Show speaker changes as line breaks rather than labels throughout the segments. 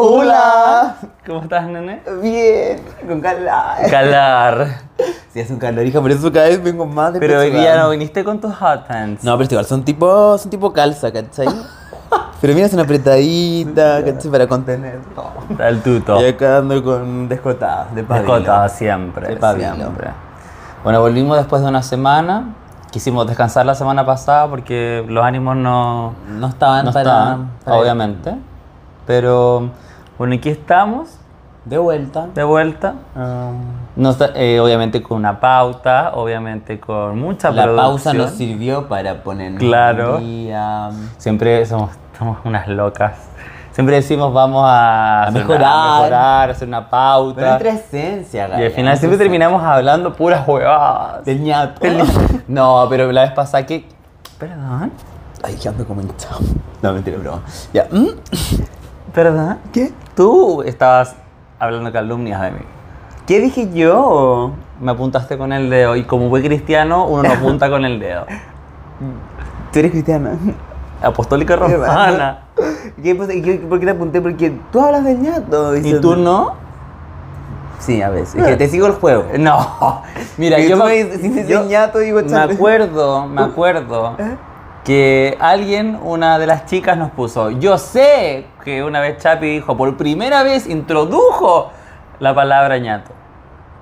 Hola.
¿Cómo estás, nene?
Bien, con calor.
Calar.
Sí, hace un calor, hija, por eso cada vez vengo más de
Pero hoy día no viniste con tus hot pants.
No, pero este igual son tipo, son tipo calza, ¿cachai? pero mira, es una apretadita, ¿cachai? Para contener todo.
Está el tuto.
Y acá ando con descotadas, de pabilo.
Descotado siempre.
De pabilo.
siempre. Bueno, volvimos después de una semana. Quisimos descansar la semana pasada porque los ánimos no,
No estaban
no
para,
estaban,
para-
obviamente. Pero um, bueno, aquí estamos,
De vuelta.
de vuelta. No está- eh, obviamente con una pauta, obviamente con mucha
la pausa
producción.
nos sirvió para ponernos
Claro.
al día,
Siempre somos, somos unas locas. Siempre decimos vamos a, hacer una-
mejorar.
a mejorar, hacer una pauta.
Pero otra esencia,
Y
Gaia,
al final siempre
otra
terminamos hablando puras huevadas.
esencia. Del ñato.
No, pero la vez pasada que... ¿Perdón?
Ay, que ando como hinchado. No, mentira, broma. Ya. ¿Mm?
¿Perdón?
¿Qué?
Tú estabas hablando calumnias de mí.
¿Qué dije yo?
Me apuntaste con el dedo y como buen cristiano uno no apunta con el dedo.
Tú eres cristiana.
Apostólica romana.
¿Qué pasa? ¿Qué- ¿Por qué te apunté? Porque tú hablas del ñato.
¿Y tú no?
Sí, a veces. Es que te sigo el juego.
No. Mira,
Y
yo
tú
me,
me dices, si dices
yo
ñato, digo,
me
chale.
acuerdo, me acuerdo
¿Eh?
que alguien, una de las chicas nos puso, yo sé que una vez Chapi dijo, por primera vez introdujo la palabra ñato.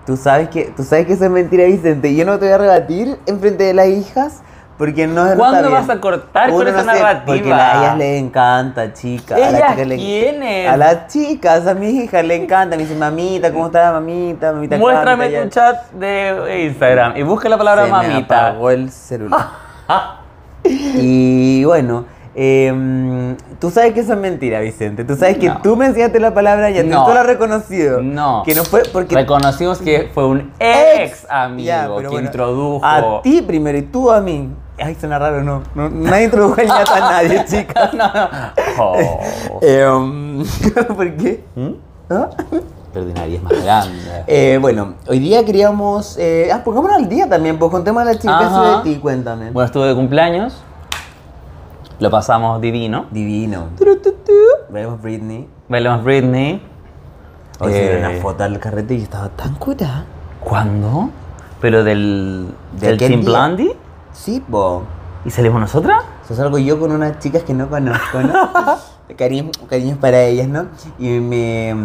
Tú sabes que, tú sabes que eso es mentira, Vicente. Yo no te voy a rebatir en frente de las hijas porque no es
¿Cuándo vas a cortar con esa narrativa?
Porque a ellas les encanta, chica. a las
¿Ellas
chicas le-
quiénes?
A las chicas, a mis hijas le encanta. Me dicen, mamita, ¿cómo está la mamita? Mamita,
Muéstrame
canta,
tu
ya.
chat de Instagram y busca la palabra
Se Me
mamita.
apagó el celular.
Ah,
Y bueno, em, tú sabes que eso es mentira, Vicente. Tú sabes que
No.
tú me enseñaste la palabra y
No.
tú la has reconocido.
No.
Que no fue porque.
Reconocimos que fue un ex amigo
Ya,
que
pero bueno,
introdujo.
A ti primero y tú a mí. Ay, suena raro, no. no nadie introdujo el ñato a nadie, chica.
No, no. Oh.
Em, ¿Por qué?
¿Mm?
¿Ah?
Pero de nadie es más grande.
Eh, bueno, hoy día queríamos. eh, ah, pongámonos al día también, pues contemos a la chica
Ajá.
de ti, cuéntame.
Bueno, estuve de cumpleaños. Lo pasamos divino.
Divino. Vemos Britney.
Bailamos Britney.
Hoy
Eh,
subieron una foto al carrete y estaba tan curada.
¿Cuándo? ¿Pero del,
¿De
del
aquel
Team
día?
Blondie?
Sí, po.
¿Y salimos nosotras?
Yo salgo yo con unas chicas que no conozco, ¿no? Cariño, cariños para ellas, ¿no? Y me, mm,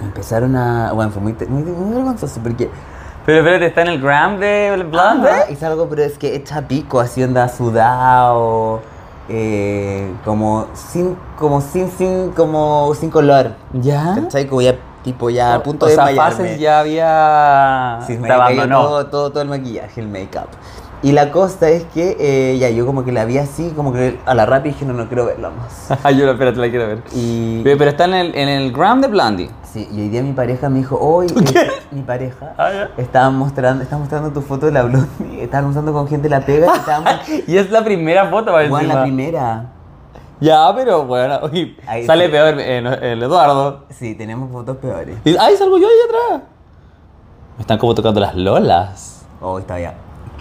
me empezaron a... Bueno, fue muy, te- muy, muy vergonzoso porque...
Pero espérate, ¿está en el gram de Blondie?
Ah, y salgo, pero es que echa pico, así onda sudado, eh, como sin, como sin, sin, como sin color.
¿Ya?
¿Cachai? Como ya, tipo, ya a punto
o
de
sea,
desmayarme.
Faces ya había...
Sí, me
Te
había caído
Ah, abandonó.
todo, todo, todo el maquillaje, el make-up. Y la cosa es que eh, ya yo como que la vi así, como que a la rápida y dije, no, no quiero verla más.
Ay, yo la, espérate, la quiero ver.
Y,
Pero, pero está en el, en el gram de Blondie.
sí, y hoy día mi pareja me dijo, hoy eh, mi pareja
Ah, ya.
estaba mostrando, estaba mostrando tu foto de la Blondie, estaban usando con gente la pega y estábamos...
Y es la primera foto para
Juan, la
encima.
primera.
Ya, pero bueno, oye,
Ahí
sale
sí.
peor eh, no, el Eduardo.
Sí, tenemos fotos peores.
Dice, ¡ay, salgo yo ahí atrás! Me están como tocando las lolas.
Oh, está ya.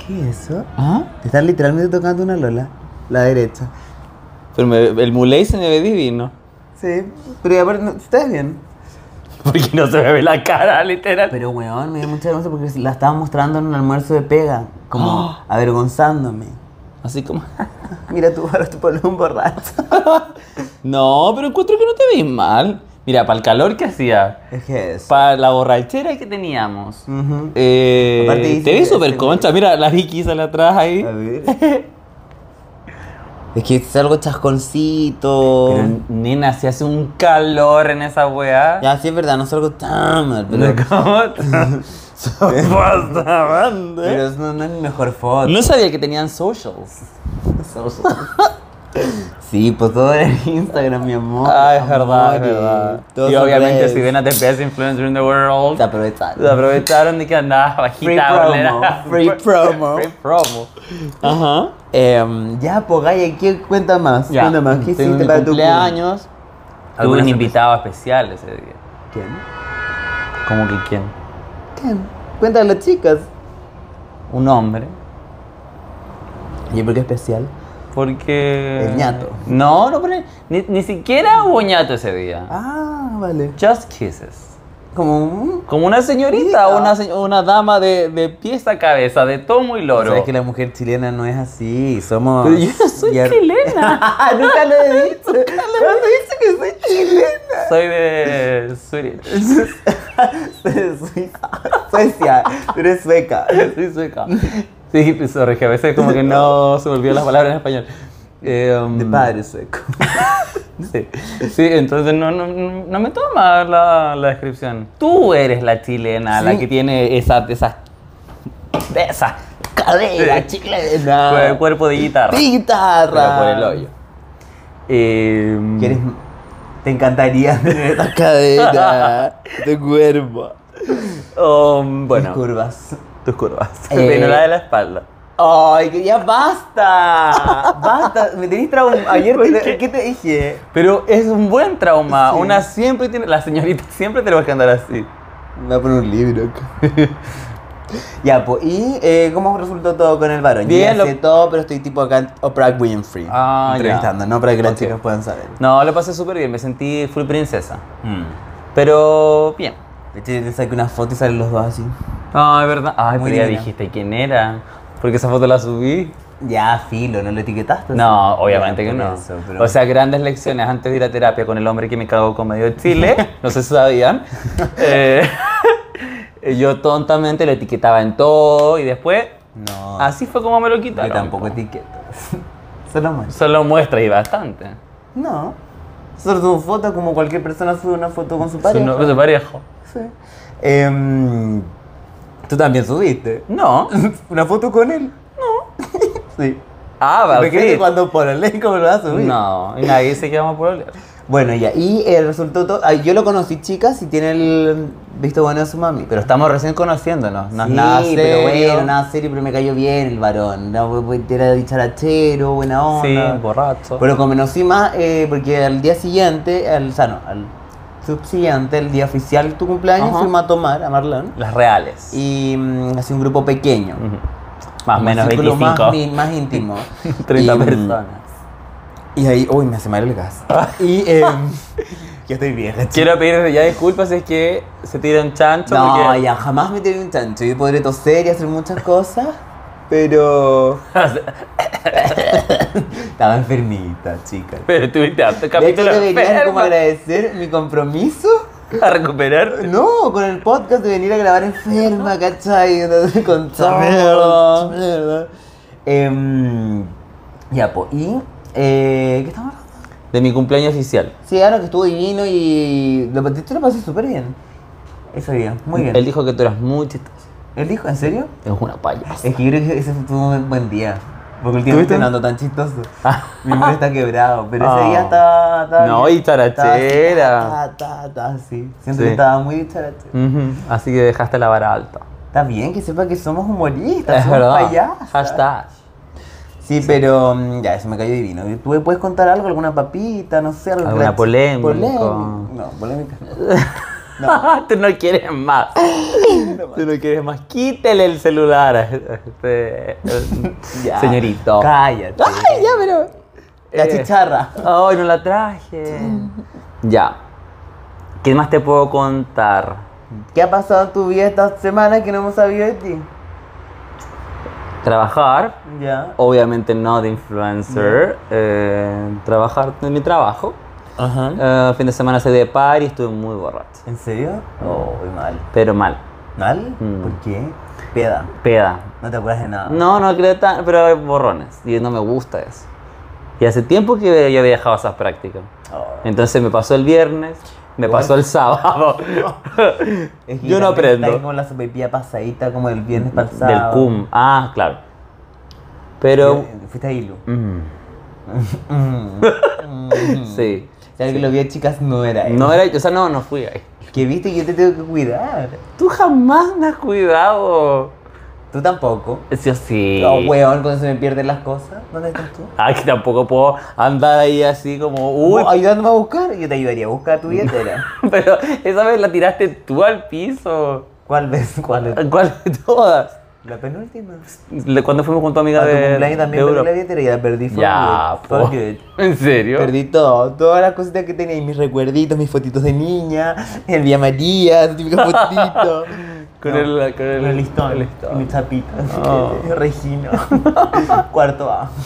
¿Qué es eso?
¿Ah?
Te están literalmente tocando una lola, la derecha.
Pero me- el muley se me ve divino.
Sí, pero ya, pero no- está bien.
Porque no se me ve la cara, literal.
Pero weón, me dio mucha vergüenza porque la estaba mostrando en un almuerzo de pega, como
¡Oh!
avergonzándome.
Así como...
Mira tú, ahora tu un borracho.
No, pero encuentro que no te ves mal. Mira, para el calor que hacía,
Es que es.
para la borrachera que teníamos.
Ujú.
eh,
Aparte dice
te
que
ves súper
se
concha. Mira, la Vicky sale atrás ahí.
A ver. es que es algo chasconcito.
Pero, nena, se hace un calor en esa weá.
Ya, sí es verdad, no es algo tan mal, pero. ¿Eh?
¿Cómo?
Pero es- no, no es mi mejor foto.
No sabía que tenían socials.
Sí, pues todo era Instagram, mi amor.
Ah, es verdad, es
amores.
verdad.
Todo
y
son
obviamente
redes.
si ven a The Best Influencer in the World,
Te aprovechas.
se aprovecharon de que andabas
Free
bajita.
promo,
bolera.
free promo.
Free promo. Ajá.
Em, ya, pues, Gaya, ¿qué cuenta más?
Ya.
Cuenta más. ¿Qué
Tuve
hiciste
mi
para tu
cumpleaños. Tuve
¿Alguna
un invitado especial ese día.
¿Quién?
¿Cómo que quién?
¿Quién? Cuenta a las chicas.
Un hombre.
¿Y por qué especial?
Porque.
El ñato.
No, no pone. Ni, ni siquiera hubo ñato ese día.
Ah, vale.
Just kisses.
Como un...
Como una señorita,
Mira.
una, se- una dama de, de pies a cabeza, de tomo y loro.
Sabes que la mujer chilena no es así, somos...
Pero yo no soy
y ar-
chilena.
Nunca lo he dicho. ¿Cuándo dice que soy chilena?
Soy de Zurich.
Soy suiza. Suecia, tú eres sueca.
Soy sueca. Sí, pues, sorry, que a veces como que no se me olvidan las palabras en español. Eh, um,
De padre sueco.
Sí, Sí, entonces no, no, no me toma la, la descripción. Tú eres la chilena, la
Sí.
que tiene esa, esa,
Esa cadera chilena.
cu- cuerpo de guitarra.
De guitarra.
Pero por el hoyo. Eh,
¿Quieres? Te encantaría tener Mm. esta cadera de cuervo.
um,
Tus
bueno,
curvas.
tus curvas.
Eh.
Pero la de la espalda.
Ay, que ya basta. Basta. Me tenés trauma. Ayer
¿Por
te-
qué?
¿qué? te dije?
Pero es un buen trauma.
Sí.
Una siempre tiene. La señorita siempre tenemos que andar así.
Me voy a poner un libro acá. Ya, pues, ¿y eh, cómo resultó todo con el varón?
Bien,
Yo
lo-
ya sé todo, pero estoy tipo acá Oprah Winfrey.
Ah, ya.
entrevistando, ¿no? Para que las
Ok.
chicas puedan saber.
No, lo pasé súper bien. Me sentí full princesa.
Mm.
Pero bien.
De hecho, le saqué una foto y salen los dos así.
Ah, es verdad. Ay,
Muy
pero ya
divina.
dijiste quién era. Porque esa foto la subí.
Ya, filo, ¿no lo etiquetaste?
No,
Sí.
obviamente
Ya,
que
por
no.
eso, pero-
O sea, grandes lecciones antes de ir a terapia con el hombre que me cagó con medio Chile, no sé si sabían. Eh, yo tontamente lo etiquetaba en todo y después
no.
así fue como me lo quitaron.
Yo tampoco etiqueto. Solo muestro.
Solo muestra y bastante.
No. Solo subo foto como cualquier persona sube una foto con su pareja.
Su no- su parejo.
Sí. Em, Tú también subiste.
No.
¿Una foto con él? No. sí.
Ah, va,
Me quedé
sí.
cuando por el link ¿cómo lo vas a subir?
No, y nadie dice que vamos por oler.
Bueno, ya. Y el resultó todo. ay, yo lo conocí, chicas, y tiene el visto bueno de su mami. Pero
Estamos recién conociéndonos, no es
sí,
nada
pero
serio.
bueno, nada serio, pero me cayó bien el varón. No, bu- bu- era dicharachero, buena
Sí,
onda.
borracho.
Pero como conocí más, eh, porque al día siguiente, al, o sea, no, al subsiguiente, el día oficial de tu cumpleaños,
Ajá.
fuimos a tomar a Marlon.
Las reales.
Y mm, así un grupo pequeño.
Ujú. Más o
un
menos
círculo
25.
más ni- Más, íntimo.
30
Y, mm,
personas.
Y ahí, uy, me hace mal el gas. y em, ya estoy vieja, chica.
Quiero pedir desde ya disculpas si es que se tiran chancho.
No,
porque-
ya jamás me tiré un chancho. Yo podré toser y hacer muchas cosas, pero. Estaba enfermita, chica.
Pero tuviste harto
De hecho,
capítulo.
deberían como
enferma.
agradecer mi compromiso.
A recuperar.
No, con el podcast de venir a grabar enferma, ¿cachai? Con todo. mierda. Em, ya, po. ¿Y eh, qué estamos hablando?
De mi cumpleaños oficial.
Sí, ahora que estuvo divino y lo, de hecho lo pasé súper bien. Eso bien, muy bien.
Él dijo que tú eras muy chistoso.
¿Él dijo? ¿En serio?
Es una payasa.
Es que yo creo que ese fue un buen día. Porque últimamente
¿Tuviste?
no ando tan chistoso.
Ah.
Mi humor está quebrado, pero ese
Ah.
día estaba... estaba
No,
bien.
y charachera.
Estaba así, ta, ta, ta, ta, sí. Siento
Sí.
que estaba muy charachera.
Ujú, Así que dejaste la vara alta.
Está bien que sepa que somos humoristas,
Es
somos
verdad.
payasas.
Hashtag.
Sí, pero mm, ya, eso me cayó divino. ¿Tú me puedes contar algo? ¿Alguna papita? No sé, algo
Alguna polémica.
No, polémica. no.
tú no quieres más. tú no quieres más. Quítele el celular a este eh,
Ya.
señorito.
Cállate.
Ay, ya, pero.
La
Eh,
chicharra.
Ay, no la traje. ya. ¿Qué más te puedo contar?
¿Qué ha pasado en tu vida estas semanas que no hemos sabido de ti?
Trabajar.
Ya.
Obviamente no de influencer. eh, trabajar en mi trabajo.
Ajá.
Eh, fin de semana se de par y estuve muy borracho.
¿En serio? Oh, mal.
Pero mal.
¿Mal?
Mm.
¿Por qué? Peda.
Peda.
No te acuerdas de nada.
No, no creo tan, pero hay borrones. Y no me gusta eso. Y hace tiempo que yo había dejado esas prácticas.
Oh.
Entonces me pasó el viernes, me
Bueno.
pasó el sábado.
Es que
yo no
también
aprendo.
Está como la sopaipilla pasadita como el viernes pasado.
Del cum. Ah, claro. Pero.
Eh, Fuiste a Ilu.
mm, sí.
Si alguien lo vio, chicas, no era él.
No era. O sea, no, no fui ahí.
Que viste que yo te tengo que cuidar.
Tú jamás me has cuidado.
Tú tampoco.
Sí, sí.
Oh, weón, cuando se me pierden las cosas. ¿Dónde estás tú?
Ay, que tampoco puedo andar ahí así como. Uy,
Vos Ayudándome a buscar. Yo te ayudaría a buscar tu billetera.
pero esa vez la tiraste tú al piso.
¿Cuál ves? ¿Cuál es?
¿Cuál de todas?
La penúltima.
Le- Cuando fuimos con tu amiga
A tu
de,
cumpleaños
de
también perdí
Europa.
la billetera y la perdí. Fuck
Ya,
it,
po.
fuck it.
¿En serio?
Perdí todo, todas las cositas que tenía, y mis recuerditos, mis fotitos de niña, el Vía María, su típico fotito.
Con
No,
el- con el-
con listón, Ah.
el listón.
y mi chapita, eh,
Oh.
Regino, cuarto A.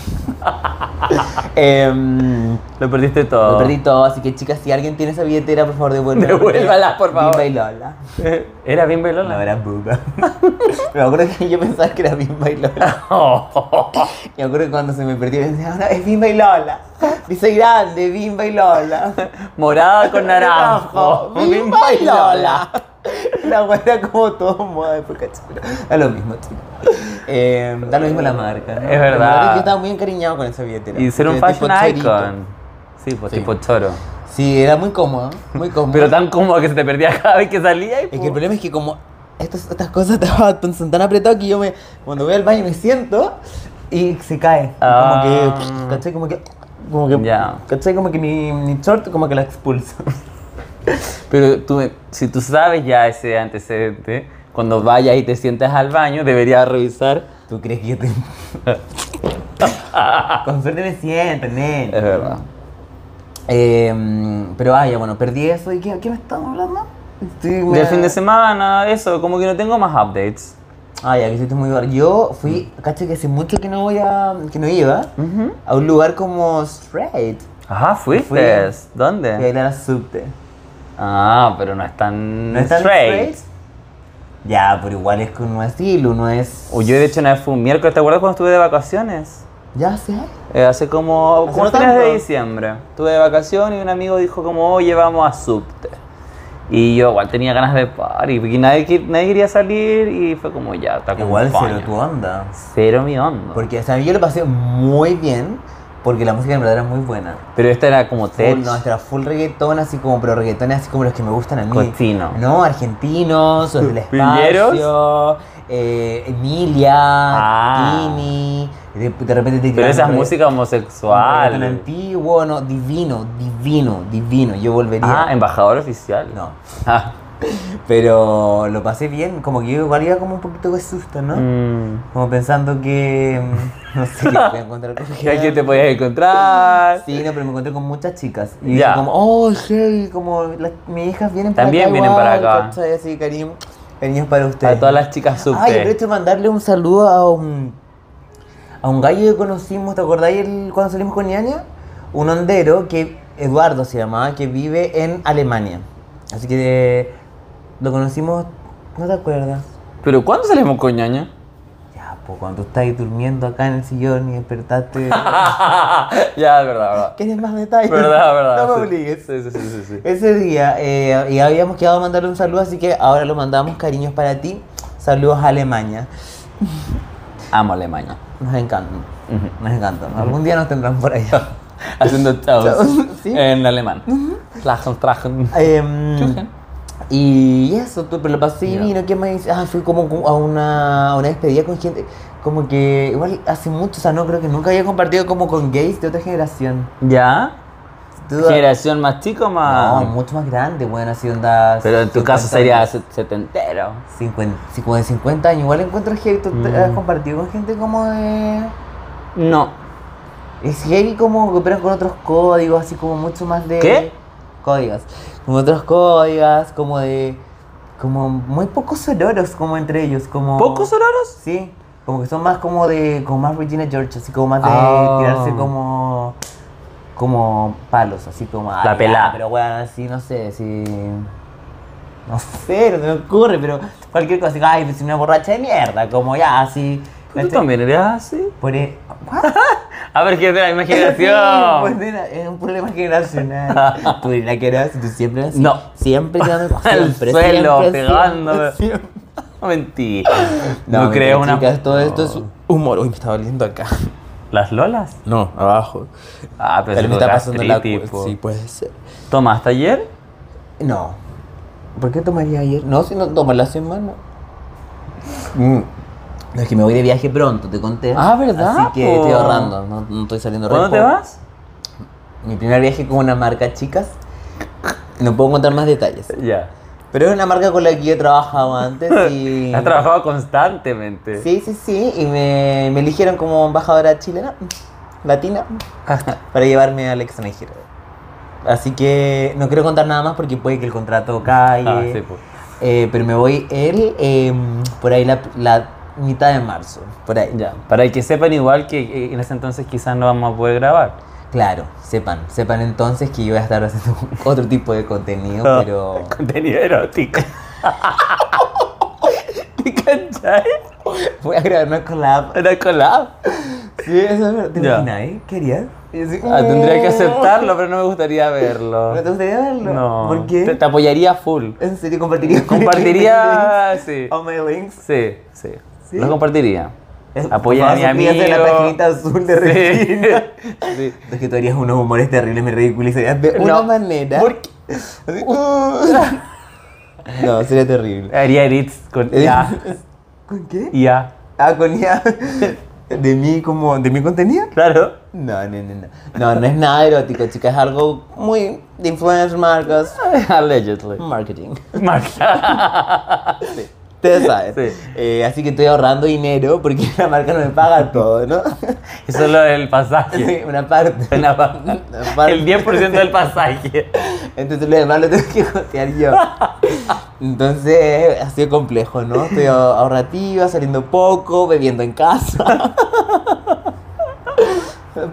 Em,
Lo perdiste todo.
lo perdí todo, así que chicas, si alguien tiene esa billetera, por favor, devuélvala.
Devuélvala, por favor.
Bimba y Lola.
Era bien bailona.
No, era Booba. Me acuerdo que yo pensaba que era Bimba y Lola. Me acuerdo que cuando se me perdió, yo decía, ahora es Bimba y Lola. Dice grande, Bimba y Lola.
Morada con naranjo.
Naranjo, Bimba y Lola. La wea era como todo moda de época, chica. Da lo mismo, chico. Eh, da lo mismo la marca. ¿no?
Es
La
verdad.
es que yo estaba muy encariñado con esa billetera.
Y ser un
Porque era
fashion
tipo chorito.
icon. Sí, pues
Sí.
tipo choro.
Sí, era muy cómodo, muy cómodo.
Pero tan cómodo que se te perdía cada vez que salía. Y,
Es que el problema es que como estas, estas cosas estaban tan, son tan apretadas que yo me, cuando voy al baño me siento y se cae. Y
Ah.
Como que, ¿cachai? Como que, como que,
Ya.
¿cachai? Como que mi, mi short como que la expulso.
Pero tú, si tú sabes ya ese antecedente, cuando vayas y te sientas al baño, deberías revisar.
¿Tú crees que yo te... Con suerte me siento,
Es
nen.
verdad.
Eh, pero vaya, bueno, perdí eso. ¿Y qué, qué me estamos hablando? Estoy,
Del fin de semana, eso, como que no tengo más updates.
Ah, ya, que hiciste muy bar. Yo fui,
Mm.
caché que hace mucho que no voy a... que no iba. A un lugar como straight.
Ajá,
Fui.
fuiste.
Fui a
¿Dónde?
ir a la subte.
Ah, pero no es tan
¿No es tan
straight.
straight? Ya, pero igual es que uno es asilo, uno es...
O yo de hecho una vez fue un miércoles, ¿te acuerdas cuando estuve de vacaciones?
Ya sé.
Eh, hace como,
¿Hace
como el 3 de
tanto?
diciembre. Estuve de vacaciones y un amigo dijo como, oye, vamos a subte. Y yo igual tenía ganas de party, y nadie, qui- nadie quería salir y fue como ya, está como
Igual cero tu onda.
Cero mi onda.
Porque, o sea, yo lo pasé muy bien porque la música en verdad era muy buena.
Pero esta era como
Full,
tech.
no, este era full reggaetón, así como, pero reggaetones así como los que me gustan a mí.
Cochino.
No, argentinos, los del espacio,
¿Piñeros?
eh, Emilia,
Ah.
Tini, de, de repente te
pero
tiran
esa es
un regga-
música
un reggaetón
homosexual.
antiguo, no, divino, divino, divino, yo volvería.
Ah, embajador oficial.
No,
Ah.
pero lo pasé bien, como que yo igual iba como un poquito de susto, ¿no?
Mm.
Como pensando que, mm, no sé, qué voy a encontrar con
¿Y ¿A quién te podías encontrar?
Sí, no, pero me encontré con muchas chicas. Y dije
Ya.
como, oh, hey, como las- mis hijas vienen para
También
acá.
vienen para
igual,
acá.
¿cachai? Así, cariño, cariños para ustedes.
A todas las chicas subte.
Ay, aprovecho de mandarle un saludo a un, a un gallo que conocimos, ¿te acordáis el- cuando salimos con Ñaña? Un hondero que, Eduardo se llamaba, que vive en Alemania. Así que eh, lo conocimos, ¿no te acuerdas?
Pero ¿cuándo salimos con ñaña?
Ya, pues cuando tú estás durmiendo acá en el sillón y despertaste...
ya, es verdad, verdad.
¿Quieres más detalles?
Verdad, verdad.
No me
sí.
obligues.
Sí, sí, sí, sí, sí.
Ese día, eh, y habíamos quedado a mandarle un saludo, así que ahora lo mandamos, cariños para ti. Saludos a Alemania.
Amo Alemania.
Nos encantan. Nos encantan. Algún día nos tendrán por allá.
Haciendo chavos
Sí.
en alemán. Trajan, trajan.
Em,
Chuchen.
y eso, tú, pero lo pasé y
Ya.
vino. ¿Qué más hice? Ah, fui como cu- a una, a una despedida con gente. Como que igual hace mucho, o sea, no creo que nunca había compartido como con gays de otra generación.
¿Ya?
Tú-
¿Generación más chico
No,
más?
mucho más grande, bueno, así onda.
Pero en tu
50
caso sería
años.
se- setentero.
50, sí, como de 50 años, igual encuentro heavy, tú te
Mm.
has compartido con gente como de...
No.
Es heavy como que operan con otros códigos, así como mucho más de...
¿Qué?
Códigos. Como otros códigos, como de... Como muy pocos sonoros como entre ellos, como...
¿Pocos sororos?
Sí, como que son más como de... Como más Regina George, así como más de
Ah.
tirarse como... Como palos, así como... "Ay, ya,
pelá.
Pero bueno, así, no sé, así... No sé, no se me ocurre, pero cualquier cosa. así, Ay, pues una borracha de mierda, como ya, así.
¿Tú
¿cachai?
Pues también eres así?
Por e-
A ver, ¿qué es de la
Sí, pues,
imaginación?
nena, es un problema generacional. tú la que eras, tú siempre eras así.
No.
Siempre te dando
Al
siempre,
suelo,
siempre,
pegándome.
siempre, siempre.
Mentira. No,
mentira,
creo una.
chicas, todo esto es
No.
humor. Uy, me está doliendo acá.
¿Las lolas?
No, abajo.
Ah, pero,
Pero me
eso
está
es
pasando la
gastritis, po.
Sí, puede ser.
¿Tomaste ayer?
No. ¿Por qué tomaría ayer? No, si no tomo la semana. Mm. No, es que me voy de viaje pronto, te conté.
Ah, ¿verdad,
Así que
po?
estoy ahorrando, no, no estoy saliendo re
¿Cuándo te
pobre.
vas?
Mi primer viaje con una marca, chicas. No puedo contar más detalles.
Ya.
Pero es una marca con la que yo he trabajado antes y...
Has trabajado constantemente.
Sí, sí, sí. Y me, me eligieron como embajadora chilena, latina, para llevarme al extranjero. Así que no quiero contar nada más porque puede que el contrato caiga.
Ah, sí, pues.
pero me voy él eh, por ahí la, la mitad de marzo. Por ahí.
Ya, para que sepan igual que eh, en ese entonces quizás no vamos a poder grabar.
Claro, sepan. Sepan entonces que yo voy a estar haciendo otro tipo de contenido,
Ah.
pero...
Contenido erótico. ¿Te cachai?
Voy a grabar una collab.
Era collab.
Sí, eso es verdad. ¿Te
Ya.
imaginas? ¿Qué harías? Y así,
Ah, tendría que
"Oh".
aceptarlo, pero no me gustaría verlo.
¿No te gustaría verlo?
No.
¿Por
Te,
qué?
te apoyaría full.
¿En serio compartiría?
Mm, Compartiría. sí.
Oh, my links.
Sí, sí.
¿Sí?
Lo compartiría.
Es-
Apoya a mi
Vamos, fíjate en la
amigo.
paginita azul de
Sí.
Regina.
Sí.
Es que tú harías unos humores terribles, me ridiculizarías de una
No.
manera.
¿Por qué?
Así, no, sería terrible. Eh,
Haría edits con ya.
¿Con qué?
Ya.
Ah, con ya. ¿De mí como, de mi contenido?
Claro.
No, no, no, no. No, no es nada erótico, chicas. Es algo muy de influencer marcas,
Allegedly.
marketing.
Marca.
Ustedes saben.
Sí.
Eh, así que estoy ahorrando dinero porque la marca no me paga todo, ¿no?
Eso es lo del pasaje.
Sí, Una parte.
Una pa-
Una parte.
El 10% del pasaje.
Entonces lo demás lo tengo que costear yo. Entonces ha sido complejo, ¿no? Estoy a- ahorrativa, saliendo poco, bebiendo en casa.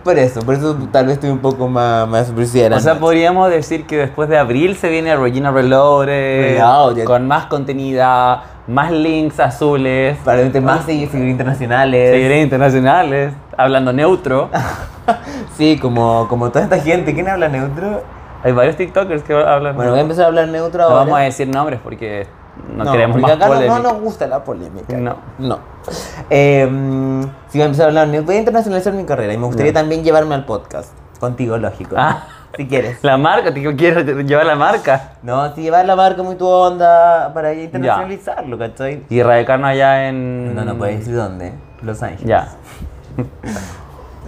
Por eso, por eso tal vez estoy un poco más, más superficial.
O sea, podríamos decir que después de abril se viene Regina Reloaded.
Reloaded.
Con más contenida, más links azules.
para verte más seguir seguir internacionales.
Seguiré internacionales, hablando neutro.
Sí, como, como toda esta gente. ¿Quién habla neutro?
Hay varios TikTokers que hablan.
Bueno, voy a empezar a hablar neutro
no
ahora.
vamos a decir nombres porque no, queremos más
porque acá no-
polémica.
No nos gusta la polémica.
No.
No. Eh, mm, si voy a empezar a hablar, voy a internacionalizar mi carrera y me gustaría
Ya.
también llevarme al podcast. Contigo, lógico.
Ah.
Si quieres.
La marca, te digo, quiero llevar la marca.
No, si llevar la marca muy tu onda para internacionalizarlo, ¿cachai?
Y radicarnos allá en.
No, no puedes decir dónde. Los Ángeles.
Ya.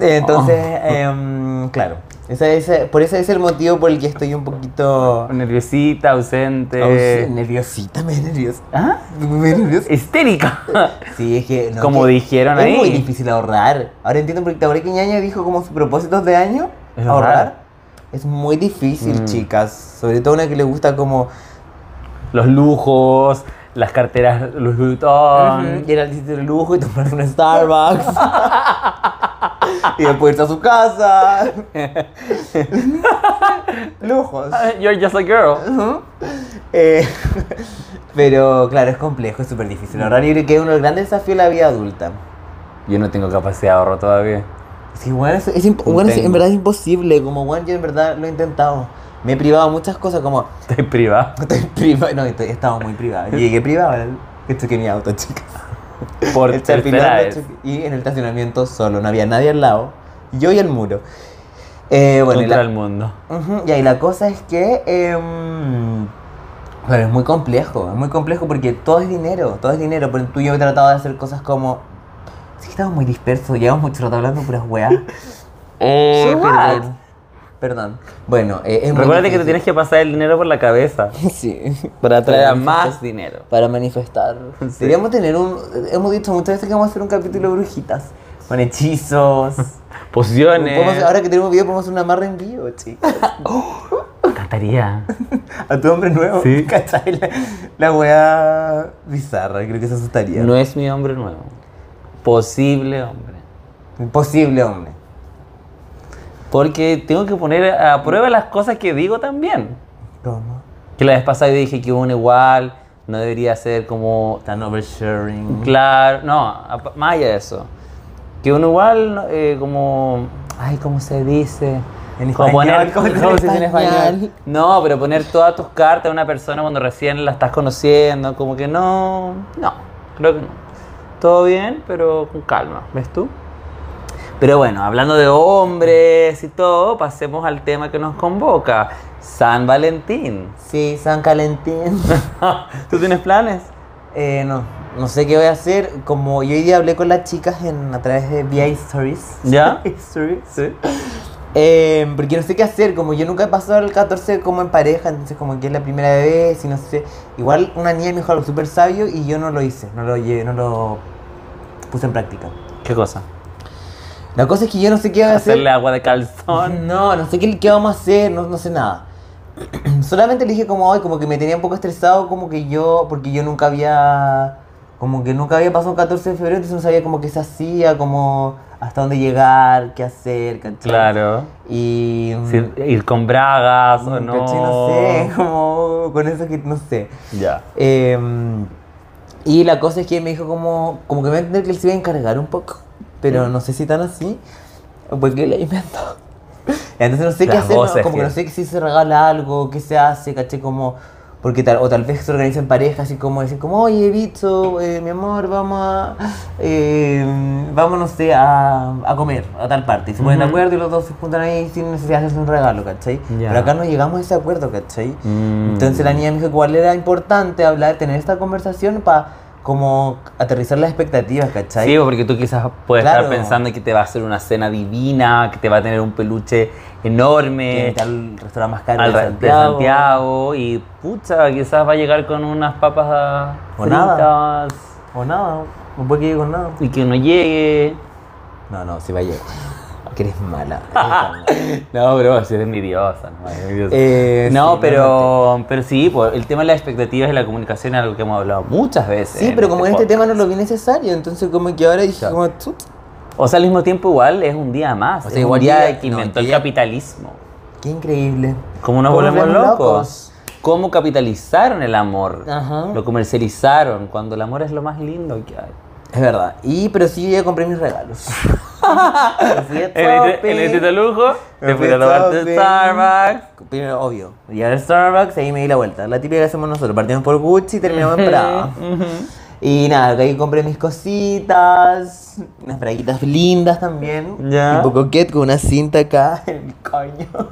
Eh, Entonces, em, claro. Ese, ese- por ese es el motivo por el que estoy un poquito
Nerviosita, ausente.
aus- nerviosita, me nerviosa.
¿Ah?
Me nerviosa.
Histérica.
Sí, es que. no,
Como
que
dijeron ahí.
Es muy difícil ahorrar. Ahora entiendo porque Tabaré Quiñaña dijo como sus propósitos de año:
Es
ahorrar.
ahorrar.
Es muy difícil,
Mm.
chicas. Sobre todo una que le gusta como.
Los lujos, las carteras Louis Vuitton.
Ir al sitio de lujo y tomarse un Starbucks. y después irse a su casa. Lujos.
Ah, You're just a girl.
Ujú. Eh, pero claro, es complejo, es súper difícil ahorrar. Y creo que es uno de los grandes desafíos de la vida adulta.
Yo no tengo capacidad de ahorro todavía.
Sí, bueno, es, es imp-
No
bueno, es-
tengo.
en verdad es imposible. Como, bueno, yo en verdad lo he intentado. Me he privado de muchas cosas, como,
Estoy privada.
estoy privado, no, estoy, he estado muy privado. Llegué privado, esto que mi auto, chicas.
Por
El
tercera
chapilán lo
vez.
choqué- y en el estacionamiento solo, no había nadie al lado. Yo y el muro. Eh, bueno, y
Contra
la-
el mundo.
Ujú, y ahí la cosa es que. em, claro, es muy complejo, es muy complejo porque todo es dinero, todo es dinero. Pero tú y yo he tratado de hacer cosas como. Sí, que estamos muy dispersos, llevamos mucho rato hablando puras weas.
Eh,
So what?
perdón.
Perdón. Bueno, eh, es muy
Recuerda que te
difícil.
tienes que pasar el dinero por la cabeza.
Sí.
Para traer a
manifestar-
más dinero.
Para manifestar.
Sí.
Deberíamos tener un. Hemos dicho muchas veces que vamos a hacer un capítulo de brujitas. Con hechizos. Podemos-
Posiciones.
ahora que tenemos video, podemos hacer una amarre en vivo, chicas.
Me encantaría.
A tu hombre nuevo.
Sí.
¿Cachai? La, la weá bizarra, creo que se asustaría.
No es mi hombre nuevo. Posible hombre.
Imposible, hombre.
Porque tengo que poner a prueba las cosas que digo también.
¿Cómo?
Que la vez pasada yo dije que uno igual no debería ser como
Tan oversharing.
claro. No, apa- más allá de eso. Que uno igual no, eh, como. Ay, ¿cómo se dice?
En
Como
español,
poner-
¿cómo se dice
¿cómo
en
se dice en
español?
español? No, pero poner todas tus cartas a una persona cuando recién la estás conociendo, como que no. No, creo que no. Todo bien, pero con calma, ¿ves tú? Pero bueno, hablando de hombres y todo, pasemos al tema que nos convoca: San Valentín.
Sí, San Calentín.
¿Tú tienes planes?
Eh, no, no sé qué voy a hacer. Como yo hoy día hablé con las chicas en, a través de VI Stories.
¿Ya?
Stories.
Sí.
Eh, porque no sé qué hacer, como yo nunca he pasado el 14 como en pareja, entonces como que es la primera vez y no sé. Igual una niña me dijo algo súper sabio y yo no lo hice, no lo llevé, no lo puse en práctica.
¿Qué cosa?
La cosa es que yo no sé qué voy a hacer.
Hacerle agua de calzón.
No, no sé qué, qué vamos a hacer, no, no sé nada. Solamente le dije como hoy, como que me tenía un poco estresado, como que yo, porque yo nunca había, como que nunca había pasado un 14 de febrero, entonces no sabía como qué se hacía, como hasta dónde llegar, qué hacer, ¿cachai?
Claro.
Y... mm,
Sí, ir con bragas o no.
¿cachai? No sé, como con eso que no sé.
Ya.
Em, y la cosa es que me dijo como, como que me iba a tener que les iba a encargar un poco,
Mm.
pero no sé si tan así, porque le invento. Entonces no sé qué
Las
hacer, no,
voces,
como que no
sí.
sé que si se regala algo, qué se hace, caché como, porque tal, o tal vez se organizan parejas, así como decir como, oye, bicho, eh, mi amor, vamos a, eh, vamos, no sé, a, a comer a tal parte. Y se ponen de
Ujú.
acuerdo y los dos se juntan ahí sin necesidad de hacerse un regalo, ¿cachai?
Ya.
Pero acá no llegamos a ese acuerdo, ¿cachai?
Mm.
Entonces la niña me dijo que igual era importante hablar, tener esta conversación para como aterrizar las expectativas, ¿cachai?
Sí, porque tú quizás puedes
Claro.
estar pensando que te va a hacer una cena divina, que te va a tener un peluche enorme
Que está el restaurante más caro
al
de
ra- de
Santiago.
Santiago y pucha, quizás va a llegar con unas papas ah,
O
fritas
nada. O nada, no puede que llegue con nada.
y que no llegue.
No, no, si va a llegar. Que eres mala. eres
Ah.
mala.
No, bro, si eres envidiosa. No, eres envidiosa.
Eh,
No,
sí,
pero, pero sí, por- el tema de las expectativas y la comunicación es algo que hemos hablado muchas veces.
Sí, pero como en este
podcast.
tema no lo vi necesario, entonces como que ahora dije
Claro.
como... "Tut".
O sea, al mismo tiempo igual es un día más.
O sea,
es
igual
un día
día-
que
no,
inventó el
día-
capitalismo.
Qué increíble.
¿Cómo nos volvemos locos? ¿Cómo capitalizaron el amor?
Ajá.
Lo comercializaron cuando el amor es lo más lindo que hay.
Es verdad. Y pero sí, yo ya compré mis regalos. Así es,
En este el de lujo, te fui a robar tu Starbucks.
Primero, obvio. Llegar al Starbucks, ahí me di la vuelta. La típica que hacemos nosotros. Partimos por Gucci y terminamos en Prada. Y nada, que ahí compré mis cositas. Unas braguitas lindas también.
Ya.
Tipo coquete con una cinta acá en el coño.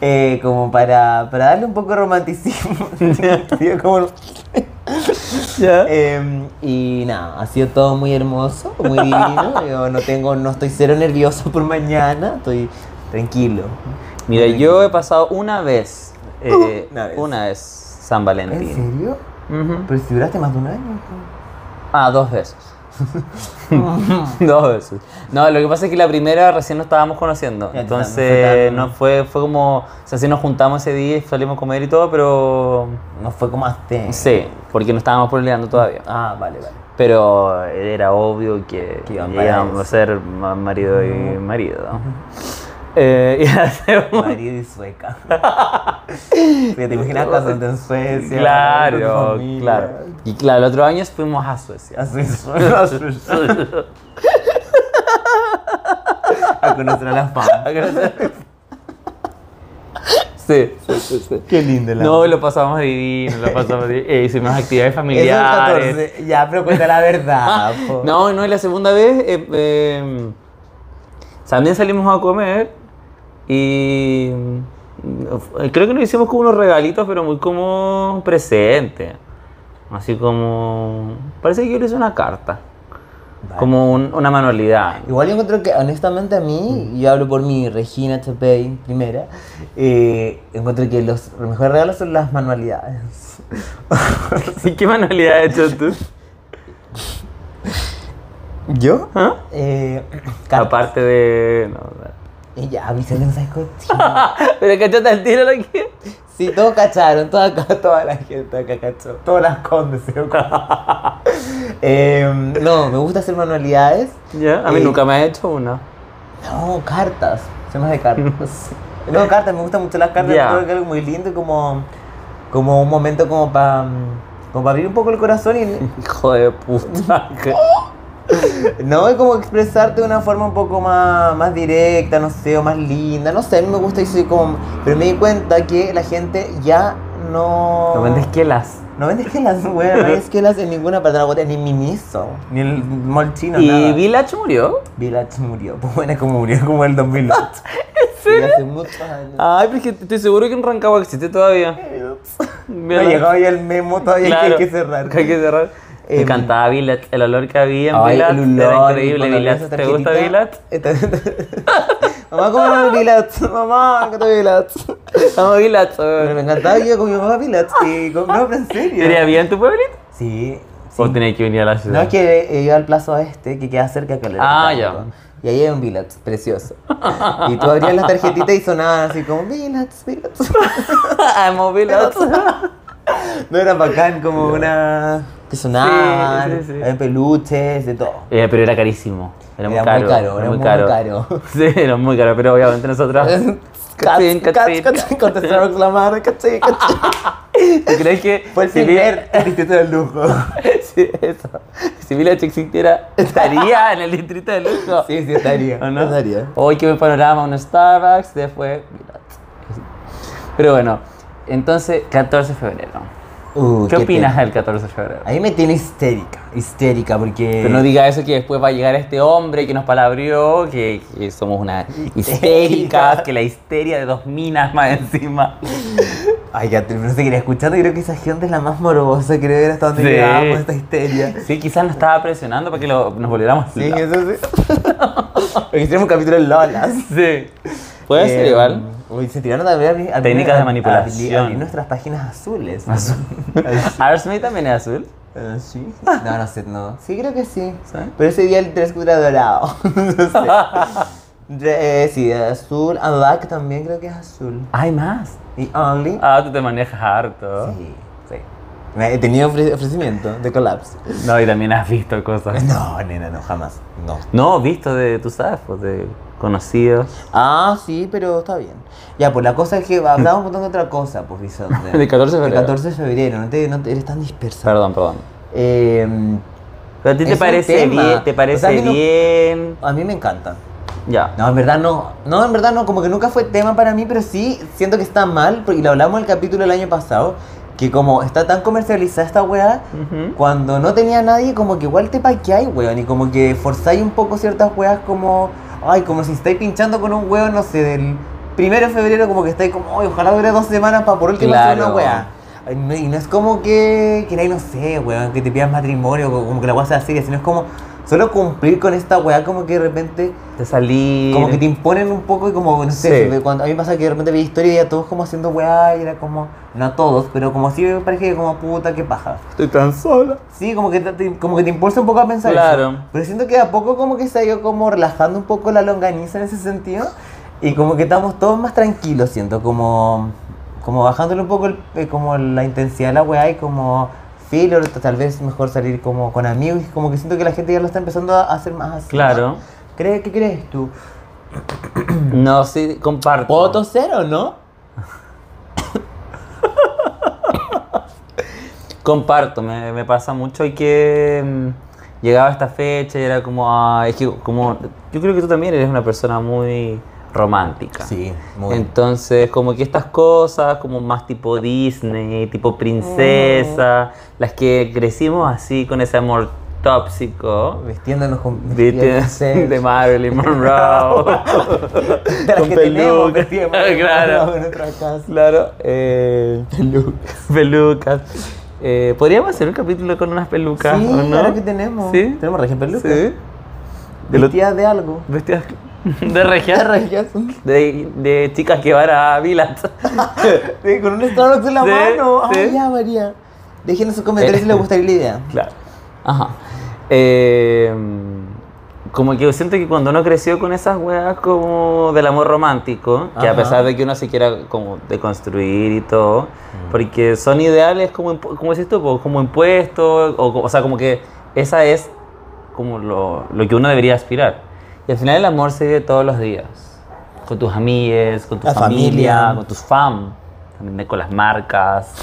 Eh, como para, para darle un poco de romanticismo. Tío, como-
¿Eh?
Em, y nada, ha sido todo muy hermoso, muy divino. Yo no tengo, no estoy cero nervioso por mañana, estoy tranquilo.
Mira, yo he pasado una vez, eh,
Uh, Una vez.
una vez San
¿En
Valentín.
serio?
Ujú.
Pero si duraste más de un año.
Ah, dos veces. dos veces. No, lo que pasa es que la primera recién nos estábamos conociendo.
Ya,
Entonces,
no
no fue, fue como. O sea, sí nos juntamos ese día y salimos a comer y todo, pero.
No fue como hasta.
Sí, porque no estábamos peleando todavía.
Ah, vale, vale.
Pero era obvio que,
Que iban para
íbamos a
eso.
ser ma- marido y marido. Eh, y la segunda-
Marido y sueca. Sí, ¿Te imaginas casarte en Suecia? con tu
Claro,
familia?
claro. Y claro, el otro año fuimos a Suecia.
A Suecia, a Suecia. A conocer a las fans.
Sí, sí, sí, sí.
Qué lindo la
No, lo pasamos divino, lo pasamos divino. Eh, hicimos actividades
Eso es el
familiares. Ah,
14. Ya, pero cuenta la verdad. po.
No, no, y la segunda vez eh, eh, también salimos a comer y eh, creo que nos hicimos como unos regalitos, pero muy como presente. Así como... Parece que yo le hice una carta,
Vale.
como un- una manualidad.
Igual yo encuentro que, honestamente, a mí,
Mm.
yo hablo por mí, Regina Chapey, primera, eh, encuentro que los mejores regalos son las manualidades.
¿Y qué manualidad has hecho tú?
¿Yo?
¿Ah?
Eh, cartas.
Aparte de... no,
Y ya, Vicente, no sabes cochino.
pero cachate al tiro lo que...
Sí, todos cacharon, toda, acá- toda la gente acá cachó, todas las condes se dieron cuenta. Em, No, me gusta hacer manualidades.
Ya, a mí
Eh,
nunca me ha hecho una.
No, cartas, soy más de cartas. No, cartas, me gustan mucho las cartas,
Ya.
creo que es algo muy lindo y como, como un momento como para como pa abrir un poco el corazón y
Hijo de puta.
no es como expresarte de una forma un poco más, más directa, no sé, o más linda, no sé, a mí me gusta y soy como... Pero me di cuenta que la gente ya no...
Lo vendes que las...
No vendes que las weón, no hay esquelas en ninguna parte de la botella, ni Miniso, ni el mall chino,
¿Y
nada.
Village murió?
Village murió, pues bueno, es como murió como en el 2008. ¿En serio? Hace muchos años.
Ay, pero es que estoy seguro que en Rancagua existe todavía.
No llegaba ya el memo todavía
Claro,
que hay que cerrar.
Hay que cerrar.
Em,
Me encantaba Village, el olor que había en
Ay,
Village.
el
era
olor,
increíble
cuando
Village.
abrías
¿Te gusta
esa
Village?
tarjetita, esta- Mamá, ¿cómo no Pilates? Mamá, ¿qué te Pilates?
Vamos a Vilats,
Pero me
weón.
encantaba ir con mi mamá a Pilates. Y con... No, pero en serio.
¿Sería bien tu pueblito?
Sí. sí.
¿O tenías que venir a la
No,
ciudad?
es que eh, iba al plazo este, que queda cerca de Calera.
Ah,
Tango. Y ahí hay un Vilats, precioso. Y tú abrías las tarjetitas y sonaban así como Vilats, Vilats.
Amo Vilats.
No era bacán, como una. que sonaban,
sí, sí.
había peluches, de todo.
Eh, pero era carísimo. Era muy
Era muy
caro.
caro, era muy caro.
Sí, era muy caro, pero obviamente nosotros. Cachín, cachín.
Contestaron la madre, cachín, cachín.
¿Tú crees que
Fue el
si Vila-
primer distrito del lujo.
si, eso, si Village existiera, estaría en el distrito de lujo?
Sí, sí, estaría.
¿O no?
Estaría.
Hoy que buen panorama, un Starbucks, después Village. Pero bueno, entonces, 14 de febrero.
Uh,
¿Qué opinas
pena.
del 14 de febrero?
A mí me tiene histérica, histérica, porque.
Pero no diga eso que después va a llegar este hombre que nos palabrió, que, que somos una histéricas, que la histeria de dos minas más encima.
Ay, ya, no sé, quería escuchar, creo que esa gente es la más morbosa, creo que era hasta donde
Sí.
llegábamos esta histeria.
Sí, quizás nos estaba presionando para que lo- nos volviéramos
Sí,
locos.
eso sí. Porque hicimos un capítulo en Lolas.
Sí. Puede ser
Eh,
igual.
uy, se tiraron también a abrir- a
Técnicas
abrir-
de manipulación.
a abrir nuestras páginas azules.
Azul. Arsmith también es azul.
Eh, ¿Sí? No, no sé, no. Sí, creo que sí.
¿Sí?
Pero ese día el 3 era dorado. no sé. Re- eh, sí, azul. Abac también creo que es azul.
Hay más.
Y Only.
Ah, tú te manejas harto.
Sí, sí. Me- He tenido ofre- ofrecimiento de collapse.
No, y también has visto cosas.
No, nena, no, jamás. No.
No, visto de, tú sabes, pues de conocidos.
Ah, sí, pero está bien. Ya, pues la cosa es que hablaba un montón de otra cosa, pues, Bisonte.
De 14 de
Del
febrero.
14 de febrero, no, te, no te- eres tan dispersa.
Perdón, perdón.
Eh,
Pero a ti te
Es un
parece
tema.
bien, te
O sea, a
parece
mí no-
bien.
a mí me encanta.
Ya.
No, en verdad no. No, en verdad no, como que nunca fue tema para mí, pero sí siento que está mal, porque- y lo hablamos en el capítulo del año pasado, que como está tan comercializada esta weá,
Ujú.
cuando no tenía nadie, como que igual te paqueáis, weón, y como que forzáis un poco ciertas weas como, ay, como si estáis pinchando con un weón, no sé, del primero de febrero, como que estáis como, ay, ojalá dure dos semanas para por último hacer una
Claro.
wea. Ay, no- Y no es como que, que no sé, weón, que te pidas matrimonio, como como que la wea sea seria, sino es como solo cumplir con esta wea, como que de repente
Te salí.
como que te imponen un poco y como, no sé,
Sí.
de cuando, a mí me pasa que de repente veía historia y veía a todos como haciendo weá y era como, no a todos, pero como así me parece que como puta, qué paja.
Estoy tan sola.
Sí, como que te, te- como que te impulsa un poco a pensar
Claro.
eso. Pero siento que de a poco como que se ha ido como relajando un poco la longaniza en ese sentido y como que estamos todos más tranquilos, siento, como, como bajándole un poco el- eh, como la intensidad de la weá y como... Filo, tal vez mejor salir como con amigos, y como que siento que la gente ya lo está empezando a hacer más así.
Claro.
¿Cree- ¿Qué crees tú?
No, sí, comparto.
¿Puedo toser o no?
Comparto, me, me pasa mucho y que mm, llegaba esta fecha y era como, ah, es que como, yo creo que tú también eres una persona muy romántica.
Sí, muy.
Entonces, como que estas cosas, como más tipo Disney, tipo princesa,
Mm.
las que crecimos así con ese amor tóxico,
Vestiéndonos con.
¿viste?
vestiéndose
de Marilyn Monroe.
de las
con
que
peluca.
tenemos, vestidos
Claro.
en nuestra casa.
Claro, eh,
Pelucas.
pelucas. Eh, Podríamos hacer un capítulo con unas pelucas,
Sí,
¿o no?
claro que tenemos.
¿Sí?
Tenemos regias pelucas.
Sí. De lo-
Vestidas de algo.
Vestidas de
De
regia,
regias.
de, de chicas que van a Vilas.
Sí, con un Starbucks en la
Sí,
mano. Ay,
sí. Eh,
ya, María. Dejen en sus comentarios si les gustaría la idea.
Claro. Ajá. Eh, como que yo siento que cuando uno creció con esas weas como del amor romántico, que a
Ajá.
pesar de que uno se quiera como deconstruir y todo,
Mm.
porque son ideales como, impu- como decís tú, po, como impuestos, o, co- o sea, como que esa es como lo, lo que uno debería aspirar. Y al final el amor se vive todos los días, con tus amigues, con tu
La
familia,
familia.
con tus fam, también con las marcas.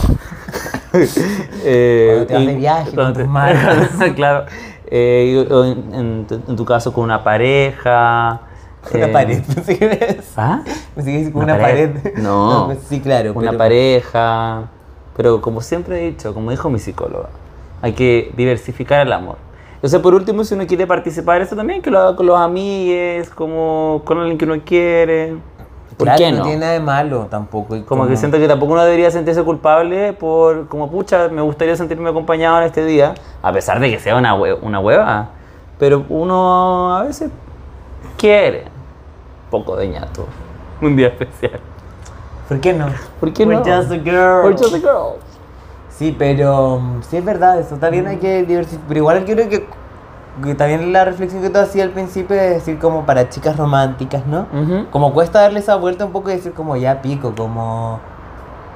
Eh,
Cuando te vas de
y-
viaje con
cuando
tus marcas.
claro. Eh, y- o en, en tu, en tu caso con una pareja.
Una
eh,
pared. Pensé que eres-
¿Ah?
pensé que es como
Una
una pared. pues,
pared. No.
Sí, claro.
Una
pero-
pareja. Pero como siempre he dicho, como dijo mi psicóloga, hay que diversificar el amor. O sea, por último, si uno quiere participar, eso también, que lo haga con los amigues, como con alguien que uno quiere. ¿Por
Claro,
qué
no
no?
tiene nada de malo tampoco. y
Como que siento que tampoco uno debería sentirse culpable por, como pucha, me gustaría sentirme acompañado en este día, a pesar de que sea una, hue- una hueva. Pero uno a veces quiere. poco de ñato. Un día especial.
¿Por qué no?
¿Por qué
We're
no?
just a girl.
We're just a girl.
Sí, pero mm, sí es verdad, eso está bien, hay que diversificar. Pero igual yo creo que, que también la reflexión que tú hacías al principio es decir como para chicas románticas, ¿no?
Ujú.
Como cuesta darle esa vuelta un poco y decir como ya pico, como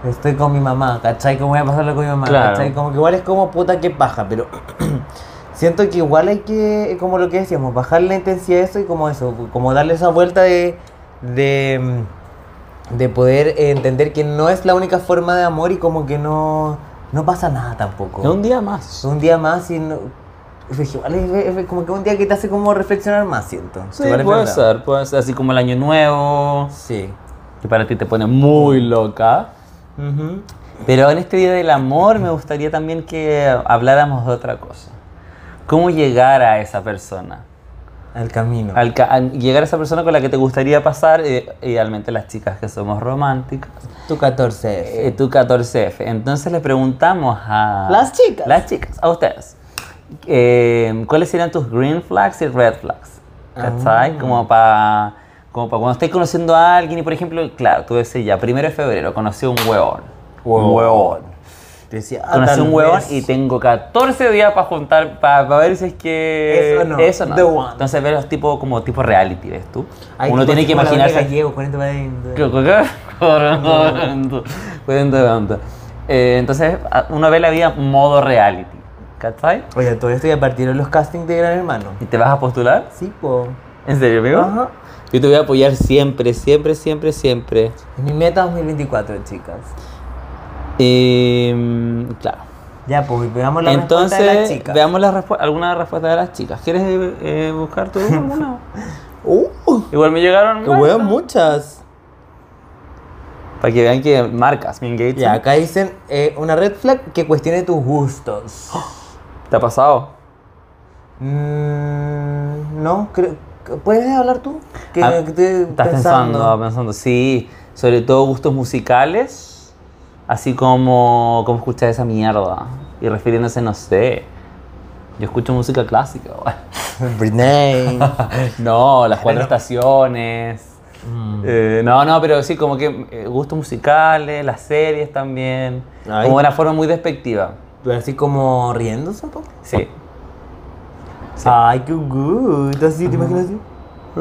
estoy con mi mamá, ¿cachai? Como voy a pasarlo con mi mamá,
Claro.
¿cachai? Como que igual es como puta que paja, pero siento que igual hay que, como lo que decíamos, bajar la intensidad de eso y como eso, como darle esa vuelta de... de mm, de poder eh, entender que no es la única forma de amor y como que no, no pasa nada tampoco.
Es Un día más.
Un día más y no- es igual, es- es como que un día que te hace como reflexionar más, siento.
Sí,
Igual es
puede
verdad.
ser, puede ser. Así como el año nuevo,
Sí.
que para ti te pone muy loca.
Ujú.
Pero en este día del amor me gustaría también que habláramos de otra cosa. ¿Cómo llegar a esa persona?
Al camino.
Al ca- a llegar a esa persona con la que te gustaría pasar, eh, idealmente las chicas que somos románticas,
Tu 14
eh, tu 14F. Entonces les preguntamos a...
Las chicas.
Las chicas, a ustedes. eh, ¿Cuáles serían tus green flags y red flags? ¿Cachai?
Ah.
Como para... Como para cuando estés conociendo a alguien y, por ejemplo, claro, tú decís ya, primero de febrero, conocí a un hueón.
Hueón.
Un hueón.
Te decía, ah,
Conocí a
tal
un huevón
vez.
y tengo 14 días para juntar, para ver si es que...
Eso no,
Eso no.
the one.
Entonces ves los tipos como tipo reality, ¿ves tú?
Ay,
Uno
tipo,
tiene que
tipo la Olga
imaginarse...
Gallego, 40 para adentro.
¿Qué, qué, qué? Corriendo, corriendo, corriendo. Eh, entonces a- uno ve la vida modo reality, ¿cachai?
Oye, todo esto ya partieron los castings de Gran Hermano.
¿Y te vas a postular?
Sí, po.
¿En serio, amigo?
Ajá.
Yo te voy a apoyar siempre, siempre, siempre, siempre.
Es mi meta 2024, chicas.
Eh, claro.
Ya, pues veamos la respuesta de las
Entonces,
chicas.
veamos la respu- alguna respuesta de las chicas. ¿Quieres eh, buscar tú alguna? Igual me llegaron
Que hueón muchas.
Para que vean que marcas, mi engagement.
Ya, acá dicen eh, una red flag que cuestione tus gustos.
¿Te ha pasado?
Mm, no, creo. ¿Puedes hablar tú? Que
Ah,
que estoy
Estás pensando, pensando, sí. Sobre todo gustos musicales, así como cómo escuchar esa mierda. Y refiriéndose, no sé. Yo escucho música clásica. weón.
Britney.
no, las cuatro estaciones.
Mm.
Eh, no, no, pero sí, como que eh, gustos musicales, las series también.
Ay.
Como de una forma muy despectiva.
Pero así como riéndose un poco.
Sí.
Ay, qué good. Así, ¿te imaginas así? ¿Ah?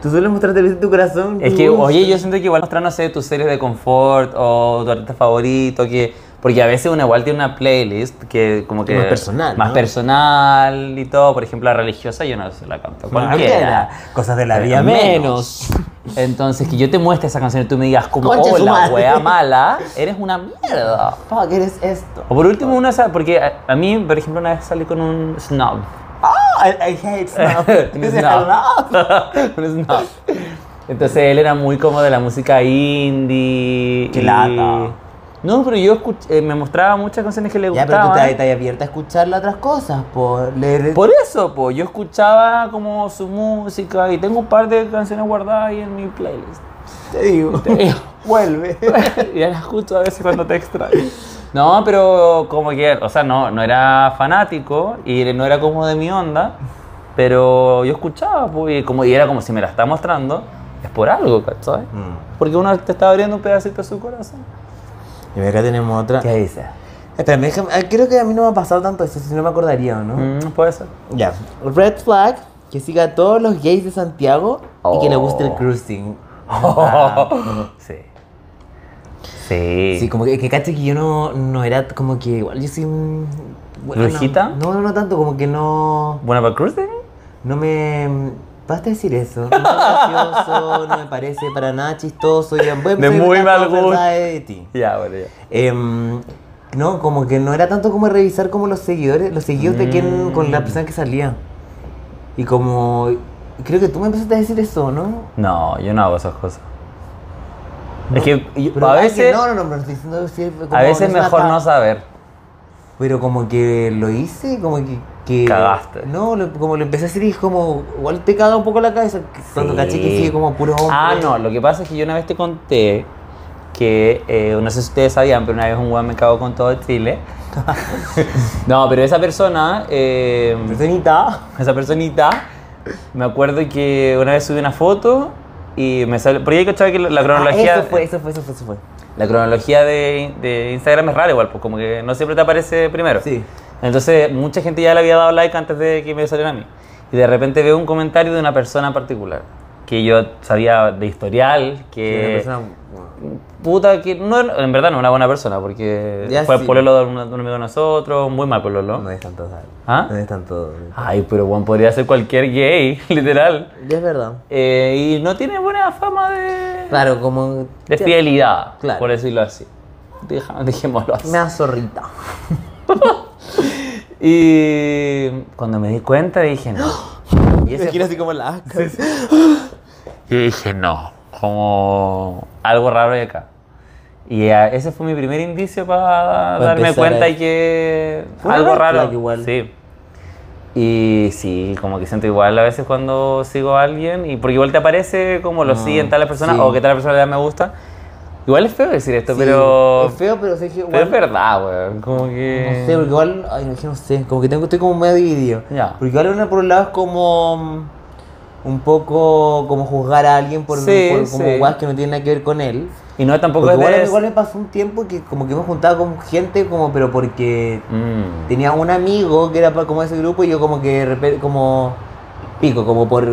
Tú sueles mostrar en tu corazón.
Es
tu
que,
gusto.
oye, yo siento que igual mostrar, no sé, tus series de confort o tu artista favorito, que, porque a veces uno igual tiene una playlist que como que...
Más personal,
Más
¿no?
personal y todo. Por ejemplo, la religiosa yo no se la canto.
Cualquiera.
Cualquiera.
Cosas de la
Pero
vida
menos. Entonces, que yo te muestre esa canción y tú me digas como,
Concha su
hola,
madre".
wea mala, eres una mierda.
Fuck, eres esto.
O por último, una, sa- porque a, a mí, por ejemplo, una vez salí con un snob.
Oh, I, I hate snuff.
Un
This is
snob.
love.
Un snob. Entonces él era muy como de la música indie.
Qué
y-
lata.
No, pero yo escuch- eh, me mostraba muchas canciones que le
Ya, pero tú
gustaban.
te, te abierta a escuchar las otras cosas, por leer.
Por eso, po, yo escuchaba como su música y tengo un par de canciones guardadas ahí en mi playlist.
Te digo. Vuelve.
y ya las escucho a veces cuando te extraño. No, pero como que, o sea, no, no era fanático y no era como de mi onda, pero yo escuchaba, po, y, como, y era como si me la está mostrando, es por algo, ¿cachai?
Mm.
Porque uno te está abriendo un pedacito de su corazón.
Y acá tenemos otra.
¿Qué dices?
Espérame, déjame- ah, creo que a mí no me ha pasado tanto eso, si no me acordaría, ¿o ¿no?
Mm, puede ser.
Ya. Red flag, que siga a todos los gays de Santiago y que le guste el
Oh.
cruising.
sí. Sí.
Sí, como que, que caché que yo no, no era como que igual yo soy un... bueno,
¿Brujita?
No, no, no tanto, como que no...
¿Buena para cruising?
No me... Basta decir eso. No es gracioso, no me parece para nada chistoso. Y en buen
De muy
plan,
mal
no,
gusto.
verdad, es de ti.
Ya, bueno, ya.
Em, no, como que no era tanto como revisar como los seguidores, los seguidos de quien con
Mm.
la persona que salía. Y como creo que tú me empezaste a decir eso, ¿no?
No, yo no hago esas cosas. es que yo-
Pero
a
ah, que
veces,
no, no, no, pero estoy diciendo si- como
a veces
no es
mejor
una-
no saber.
Pero como que lo hice, como que, que-
Cagaste.
No, lo- como lo empecé a decir y es como igual te caga un poco la cabeza que- cuando
Sí.
caché que sigue como puro hombre.
Ah, no, lo que pasa es que yo una vez te conté que, eh, no sé si ustedes sabían, pero una vez un weón me cagó con todo Chile. no, pero esa persona... eh,
Personita.
esa personita Me acuerdo que una vez subí una foto y me sale. Por ahí cachaba que la, la
Ah,
cronología.
eso fue, eso fue, eso fue, eso fue.
La cronología de, de Instagram es rara igual, pues como que no siempre te aparece primero.
Sí.
Entonces, mucha gente ya le había dado like antes de que me saliera a mí. Y de repente veo un comentario de una persona en particular, que yo sabía de historial, que... puta, que no, era- en verdad no era una buena persona, porque
Ya
fue
sí.
pololo de un, de un amigo de nosotros, muy mal pololo.
No es tanto. ¿sabes?
¿Ah?
No es tanto.
Ay, pero Juan podría ser cualquier gay, literal.
Ya es verdad.
Eh, y no tiene buena fama de...
Claro, como.
De fidelidad,
Claro.
por decirlo así. Deja- dejémoslo así.
Me da zorrita.
Y cuando me di cuenta dije no.
Y eso quiero así como la asca.
Y dije no, como algo raro hay acá. Y eh, ese fue mi primer indicio para
Para
darme
empezar
cuenta
ahí.
que
Fue una
algo
red
raro.
flag igual.
Sí. Y sí, como que siento igual a veces cuando sigo a alguien, y porque igual te aparece como lo
Mm,
siguen tal persona
sí.
o que tal persona le da me gusta. Igual es feo decir esto,
Sí,
pero,
Es feo, pero sé que
pero es
igual.
verdad, weón. Como que.
No sé, porque igual. Ay, no, es que no sé. Como que tengo, estoy como medio dividido.
Ya.
Porque igual, uno, por un lado, es como. mm, Un poco como juzgar a alguien por,
Sí,
por- como
sí.
guas que no tiene nada que ver con él.
Y no es tampoco
Porque
es de
igual, a mí
es-
igual me pasó un tiempo que como que me juntaba con gente como pero porque
Mm.
tenía un amigo que era pa- como de ese grupo y yo como que de repente como pico como por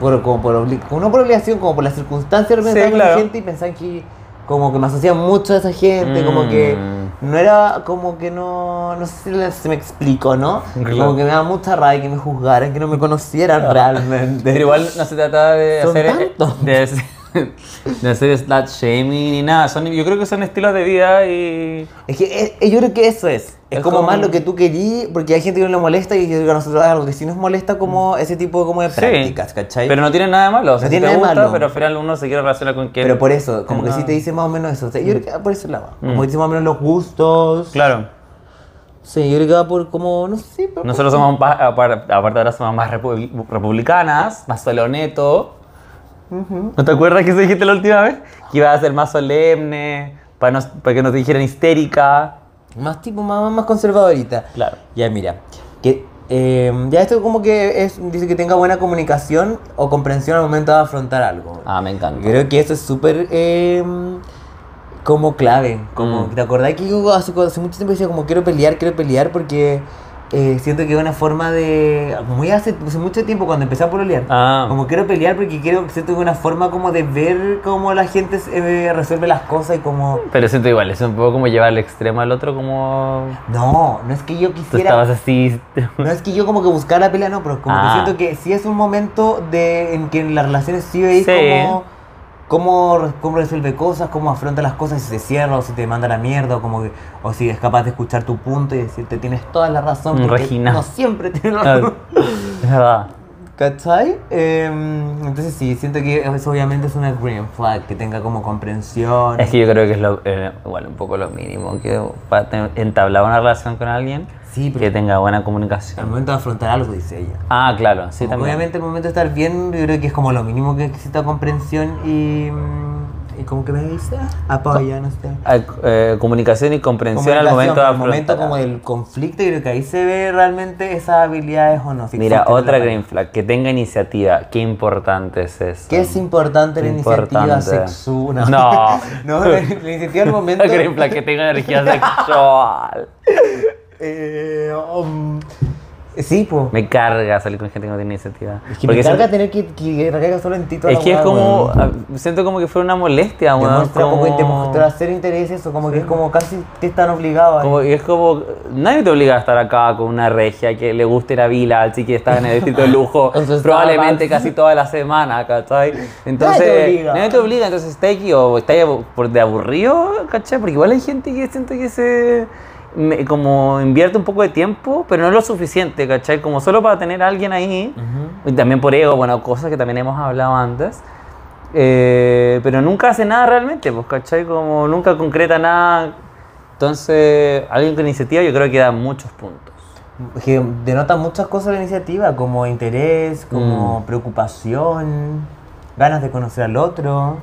por como por obli- como no por obligación como por las circunstancias de
Sí,
repente estaba con
claro.
gente y pensaba que como que me asociaba mucho a esa gente como que
Mm.
no era como que no no sé si le- si me explico no
Claro. Ah.
como que me daba mucha rabia que me juzgaran que no me conocieran realmente
Pero igual no se trata de
Son
hacer. e-
tantos.
De, hacer- de hacer slut shaming ni nada. Son, yo creo que son estilos de vida y.
Es que eh, eh, yo creo que eso es. Es,
Es
como,
como-
más lo que tú querías, porque hay gente que no le molesta y yo creo que a nosotros es algo que sí nos molesta como ese tipo como de
Mm. Sí.
prácticas, ¿cachai?
Pero no tiene nada de malo. O sea,
No
si
tiene
te
nada de
gusta,
malo.
pero al final uno se quiere relacionar con quien.
Pero por eso, como que
Ah.
sí te dice más o menos eso. O sea, yo creo que va por ese lado. Como que dice más o menos los gustos.
Claro.
Sí, yo creo que va por como, no sé, pero...
Nosotros somos, un pa- apar- aparte ahora somos más repu- republicanas, más soloneto. ¿No te acuerdas que eso dijiste la última vez? Que iba a ser más solemne, para, no- para que no te dijeran histérica.
Más tipo, más, más conservadorita.
Claro.
Ya, mira. Que, eh, ya esto como que es, dice que tenga buena comunicación o comprensión al momento de afrontar algo.
Ah, me encanta.
Creo que eso es súper eh, como clave. Como,
Mm.
¿Te acordás que yo hace, hace mucho tiempo decía como quiero pelear, quiero pelear? Porque eh, siento que es una forma de... Muy hace, hace mucho tiempo cuando empecé a pololear.
Ah.
Como quiero pelear porque quiero, siento que es una forma como de ver cómo la gente eh, resuelve las cosas y como...
Pero siento igual, es un poco como llevar al extremo al otro, como.
No, no es que yo
Tú
quisiera...
estabas así.
No es que yo como que buscara pelea, no, pero como
Ah.
que siento que sí es un momento de, en que en las relaciones sí veis
Sí.
cómo, cómo, re- cómo resuelve cosas, cómo afronta las cosas, si se cierra o si te manda a la mierda, o, como que- o si es capaz de escuchar tu punto y decirte tienes toda la razón.
Mm,
porque
Regina. Ah.
No siempre tienes la
Claro.
razón.
Es verdad.
¿Cachai? Eh, entonces sí, siento que eso obviamente es una green flag, que tenga como comprensión.
Es que yo creo que es lo, eh, bueno, un poco lo mínimo que para te- entablar una relación con alguien
Sí, pero
que tenga buena
al
comunicación.
momento de afrontar algo, dice ella.
Ah, claro, sí,
Como que
también.
Obviamente el momento de estar bien, yo creo que es como lo mínimo que exista comprensión y, mm, y como que me dice, apoya, no sé.
Ah, eh, comunicación y comprensión al
Comunicación,
momento de
pero el momento
afrontar.
como del conflicto, yo creo que ahí se ve realmente esas habilidades o no. si
Mira,
existen en la
otra
pareja.
green flag, que tenga iniciativa. Qué importante es eso.
¿Qué es importante la iniciativa
Importante.
sexual?
No.
no, la, la iniciativa al momento.
La green flag, que tenga energía sexual.
eh, um, sí, pues.
Me carga salir con gente que no tiene iniciativa.
Es que
Porque
me carga
siento-
tener que, que recargar solo en ti toda
es
la
que es
hueá,
como.
weón.
ah, Siento como que fue una molestia, weón,
Demuestra poco
como-
y te muestra cero interés eso, como que es como casi te están obligados a
Como, y es como, nadie te obliga a estar acá con una regia que le guste la vila, así que está en el distrito de lujo
Con su
probablemente
Starbucks.
casi toda la semana, ¿cachai? Entonces,
Nadie te obliga.
nadie te obliga, entonces está aquí o está ahí por de aburrido, ¿cachai? Porque igual hay gente que siente que se, me- como invierte un poco de tiempo, pero no lo suficiente, ¿cachai? Como solo para tener a alguien ahí, y también por ego, bueno, cosas que también hemos hablado antes. Eh, pero nunca hace nada realmente, pues, ¿cachai? Como nunca concreta nada. Entonces, alguien con iniciativa yo creo que da muchos puntos.
que denota muchas cosas la iniciativa, como interés, como preocupación, ganas de conocer al otro.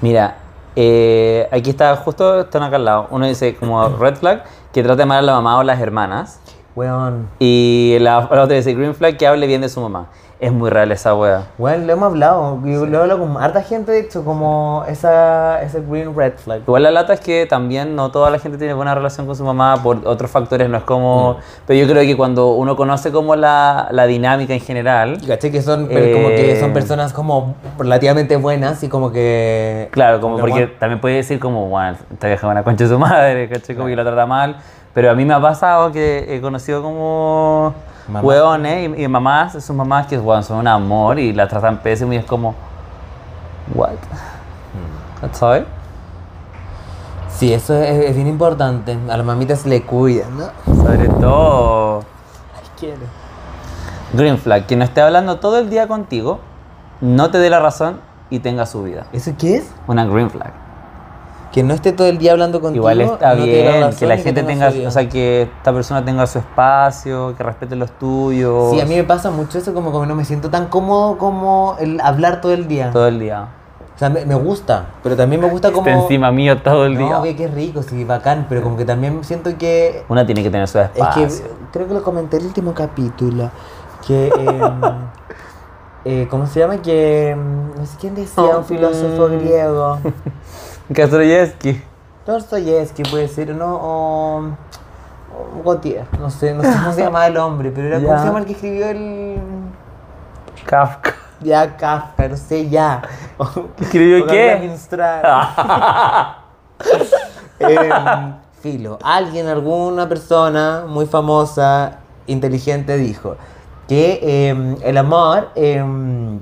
Mira, eh, aquí está, justo están acá al lado. Uno dice como red flag, que trata mal a la mamá o las hermanas.
Weón.
Y la, la otra dice, Green Flag que hable bien de su mamá. Es muy real esa wea.
Weón, lo hemos hablado. Yo lo hablo con harta gente, de hecho, como esa, ese green red flag.
Igual la lata es que también no toda la gente tiene buena relación con su mamá por otros factores, no es como... Pero yo creo que cuando uno conoce como la, la dinámica en general,
Caché que son, pero como que son
Eh.
personas como relativamente buenas y como que...
Claro, como
Pero
porque
bueno.
también puede decir como, bueno, esta vieja es una concha de su madre, ¿cachai? Como que la trata mal. Pero a mí me ha pasado que he conocido como
Mamás.
hueones y, y mamás, sus mamás que bueno, son un amor y la tratan pésimo y es como, what? ¿Cachai?
Sí, eso es, es bien importante. A las mamitas le cuidan, ¿no?
Sobre todo,
Quiero.
Green Flag, que no esté hablando todo el día contigo, no te dé la razón y tenga su vida.
¿Eso qué es?
Una Green Flag.
Que no esté todo el día hablando contigo.
Igual está
no te dé
bien que
razón
la
y que
gente
tenga
tenga,
su vida.
o sea, que esta persona tenga su espacio, que respete los tuyos.
Sí, a mí me pasa mucho eso, como que no me siento tan cómodo como el hablar todo el día.
todo el día.
O sea, me, me gusta, pero también me gusta como...
Está encima mío todo el
No,
día.
ve qué rico, sí, bacán, pero como que también siento que...
Una tiene que tener su
Es que
espacio.
creo que lo comenté en el último capítulo, que... em, eh, ¿Cómo se llama? Que... em, No sé quién decía, un filósofo
Mm.
griego.
Kastroyevsky.
Dostoyevsky puede ser, ¿no? O, o Gautier, no sé, no sé cómo se llamaba el hombre, pero era
Ya.
como se llama el que escribió el...
Kafka.
Ya Kafka, no sé, ya.
¿Escribió
O
qué?
Gabriel Mistral. Em, filo, alguien, alguna persona muy famosa, inteligente dijo que em, el amor em,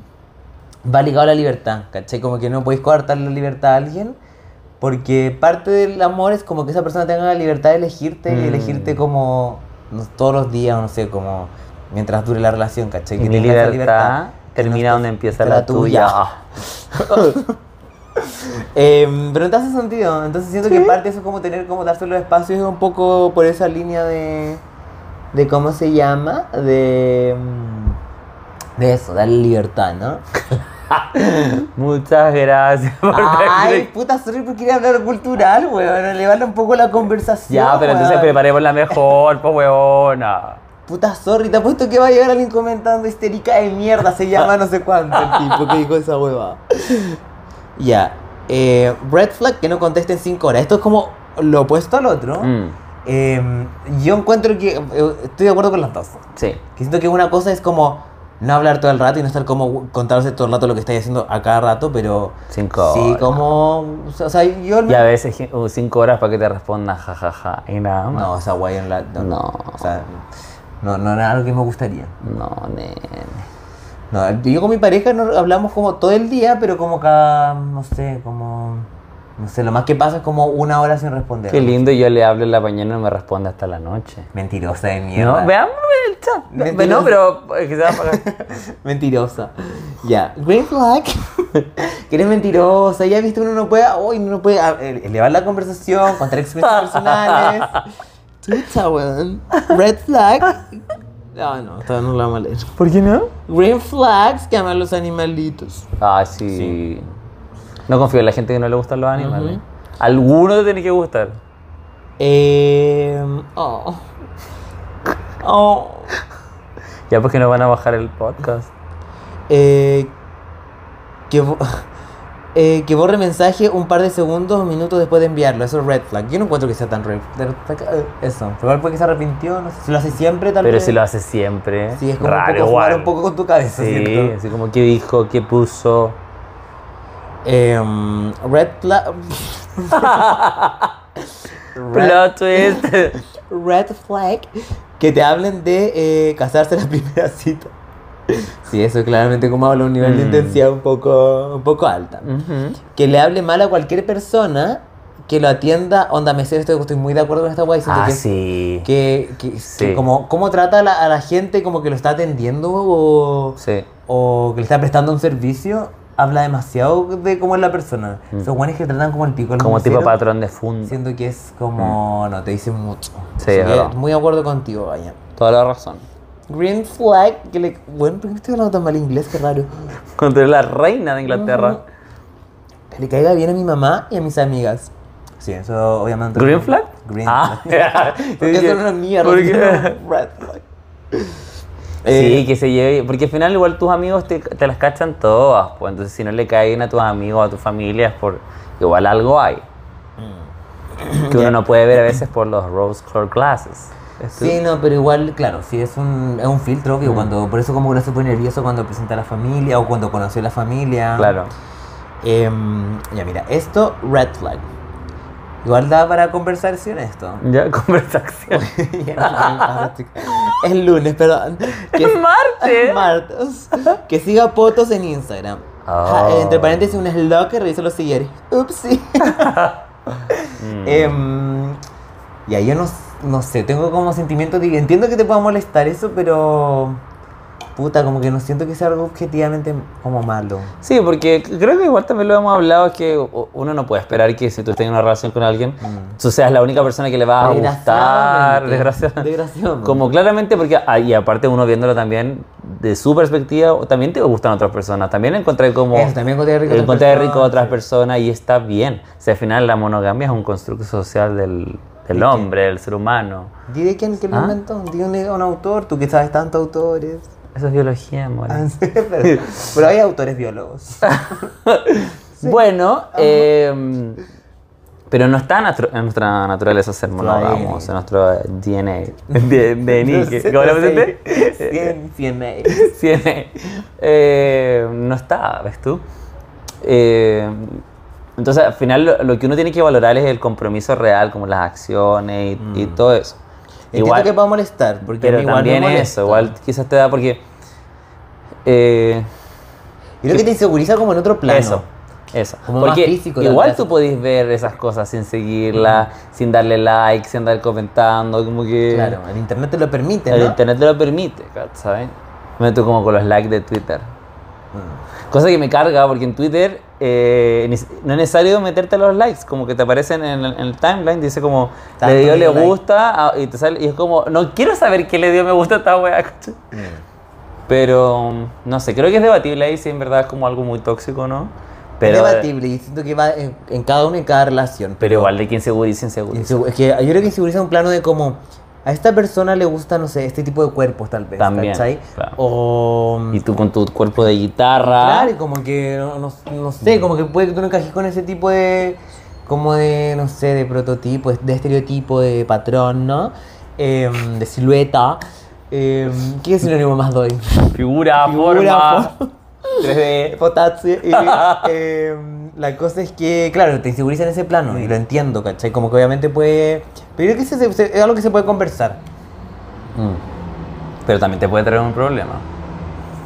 va ligado a la libertad, ¿cachai? Como que no podéis coartar la libertad a alguien. Porque parte del amor es como que esa persona tenga la libertad de elegirte y
Mm.
elegirte como no, todos los días, no sé, como mientras dure la relación, ¿cachai?
Mi
tenga esa
libertad,
que no
termina
estés-
donde empieza
que
la, tuya.
Em, pero te hace sentido, entonces siento que parte eso es como tener, como darse los espacios un poco por esa línea de, de cómo se llama, de, mm, de eso, darle libertad, ¿no?
Muchas gracias por
Ay,
tener-
puta, sorry por querer hablar cultural, weón, elevarle un poco la conversación.
Ya, pero entonces
weón.
preparemos la mejor, pues huevona.
Puta, sorry, te apuesto que va a llegar alguien comentando histérica de mierda, se llama no sé cuánto el tipo que dijo esa hueva. Ya, eh, red flag que no conteste en 5 horas, esto es como lo opuesto al otro.
Mm,
Eh, yo encuentro que. eh, estoy de acuerdo con las dos.
sí.
Que siento que una cosa es como no hablar todo el rato y no estar como contarse todo el rato lo que estáis haciendo a cada rato, pero.
Cinco
Sí,
horas.
como. O sea, yo.
Y a veces gen- uh, cinco horas para que te respondan jajaja y nada más.
No, esa guay en la. No.
No.
O sea, no, no era algo que me gustaría.
No, nene.
No, yo con mi pareja no hablamos como todo el día, pero como cada. No sé, como. No sé, lo más que pasa es como una hora sin responder.
Qué lindo, yo le hablo en la mañana y no me responde hasta la noche.
Mentirosa de mierda.
No, veamos el chat.
Mentira.
No, pero eh, quizás para-
Mentirosa. Ya. Green flag. que eres mentirosa. Ya viste, uno no puede, uy, uno no puede ah, eh, elevar la conversación, contar experiencias personales. Chucha, weón. Red flag. No, no, todavía no la vamos a leer.
¿Por qué no?
Green flags que aman los animalitos.
Ah, sí. No confío en la gente que no le gustan los animales. Alguno te tiene que gustar.
Eh, oh. Oh.
Ya porque no van a bajar el podcast.
Eh, que, bo- eh, que borre mensaje un par de segundos o minutos después de enviarlo. Eso es red flag. Yo no encuentro que sea tan red red flag. eh, Eso. Probable porque se arrepintió. No sé. Si lo hace siempre, tal
Pero
vez.
si lo hace siempre.
Sí, es como un
raro
poco jugar
igual.
un poco con tu cabeza,
Sí,
¿cierto?
así como que dijo, que puso.
Em, red flag. red,
Plot twist.
red flag. Que te hablen de eh, casarse en la primera cita. Sí, eso claramente como habla un nivel de
Mm.
intensidad un poco, un poco alta.
Ujú.
que le hable mal a cualquier persona que lo atienda, onda, me sé esto, estoy muy de acuerdo con esta guay, siento
Ah,
que,
sí.
que, que- que
Sí.
como, cómo trata a la, a la gente como que lo está atendiendo o,
Sí.
o que le está prestando un servicio, habla demasiado de cómo es la persona. Son guanes que tratan como el pico. a los
Mm. Como tipo
meseros,
patrón de fondo.
Siento que es como, no, te dicen mucho.
Sí,
Así
es
que
verdad.
muy de acuerdo contigo, vaya.
Toda la razón.
Green flag, que le... Bueno, ¿por qué estoy hablando tan mal inglés? Qué raro.
Contra la reina de Inglaterra.
Que le caiga bien a mi mamá y a mis amigas. Sí, eso obviamente.
¿Green flag?
Green
ah.
flag. Porque son una mierda.
Porque-
son Red flag. Eh,
Sí, que se lleve. Porque al final, igual tus amigos te, te las cachan todas. Pues entonces, si no le caen a tus amigos a tus familias, por igual algo hay.
Mm.
Que uno no puede ver a veces por los rose colored glasses. Esto-
Sí, no, pero igual, claro, sí es un, es un filtro, obvio, cuando, por eso como que uno se pone nervioso cuando presenta a la familia o cuando conoció a la familia.
Claro.
Em, ya mira, esto, red flag. Igual da para conversación esto.
Ya, conversación.
es lunes, perdón.
Es martes.
Es martes. Que siga fotos en Instagram. Ja,
Oh.
entre paréntesis, un slog que revisa los siguientes. Upsi.
Mm. Eh,
Em, y ahí yo no, no sé, tengo como sentimiento de... Entiendo que te pueda molestar eso, pero... Puta, como que no siento que sea algo objetivamente como malo.
Sí, porque creo que igual también lo hemos hablado, es que u- uno no puede esperar que si tú estás en una relación con alguien,
Mm.
tú seas la única persona que le va a gustar,
Desgraciadamente.
desgraciadamente.
Desgraciadamente.
Como claramente, porque ah, y aparte uno viéndolo también de su perspectiva, también te gustan otras personas, también encontré como...
Eso, también encontré rico. otras
encontré
personas,
rico a otras
sí.
personas y está bien. O sea, al final la monogamia es un constructo social del, del hombre, del ser humano.
Di de quién que lo
¿Ah?
inventó, di un, un autor, tú que sabes tantos autores.
Eso es biología, amor.
Ah, sí, pero, pero hay autores biólogos.
Bueno, eh, pero no está en, nuestro- en nuestra naturaleza ser monógamos,
ADN.
en nuestro DNA. DNA,
No sé,
¿Cómo lo
no sé.
presenté?
Cien, cien ahí.
tiene. eh, no está, ¿ves tú? Eh, entonces, al final, lo, lo que uno tiene que valorar es el compromiso real, como las acciones y, y todo eso.
Mm. Entiendo que va a molestar, porque a
pero
mí igual me
también
molesta.
eso, igual quizás te da porque. eh,
Y lo que te inseguriza como en otro plano.
Eso, eso.
Como más
Porque
físico, Mm. tal
igual
vez.
tú podéis ver esas cosas sin seguirlas, sin darle like, sin andar comentando, como que
Claro, el internet te lo permite,
el
¿no?
internet te lo permite, ¿sabes? Me meto como con los likes de Twitter.
Mm.
Cosa que me carga porque en Twitter eh, ni- no es necesario meterte los likes, como que te aparecen en el, en el timeline, dice como
Tanto
le dio
mil
le
likes.
gusta a- y te sale y es como no quiero saber qué le dio me gusta a esta wea, ¿cachai?
Mm.
Pero no sé, creo que es debatible ahí si en verdad es como algo muy tóxico, ¿no? Pero
es debatible y siento que va en, en cada uno y en cada relación.
Pero igual de que inseguro y sin seguro.
Insegu- Es que yo creo que inseguriza un plano de como a esta persona le gusta, no sé, este tipo de cuerpos tal vez.
También,
¿cachai?
claro.
O.
Y tú con tu cuerpo de guitarra.
Claro, y como que no, no- no sé, como que puede que tú no encajes con ese tipo de. como de, no sé, de prototipo, de estereotipo, de patrón, ¿no? Em, de silueta. Em, ¿Qué sinónimo más doy?
Figura,
Figura,
forma. 3D.
Potasio. y, em, la cosa es que, claro, te inseguriza en ese plano y lo entiendo, ¿cachai? Como que obviamente puede. Pero yo creo que se- se- es algo que se puede conversar.
Mm. Pero también te puede traer un problema.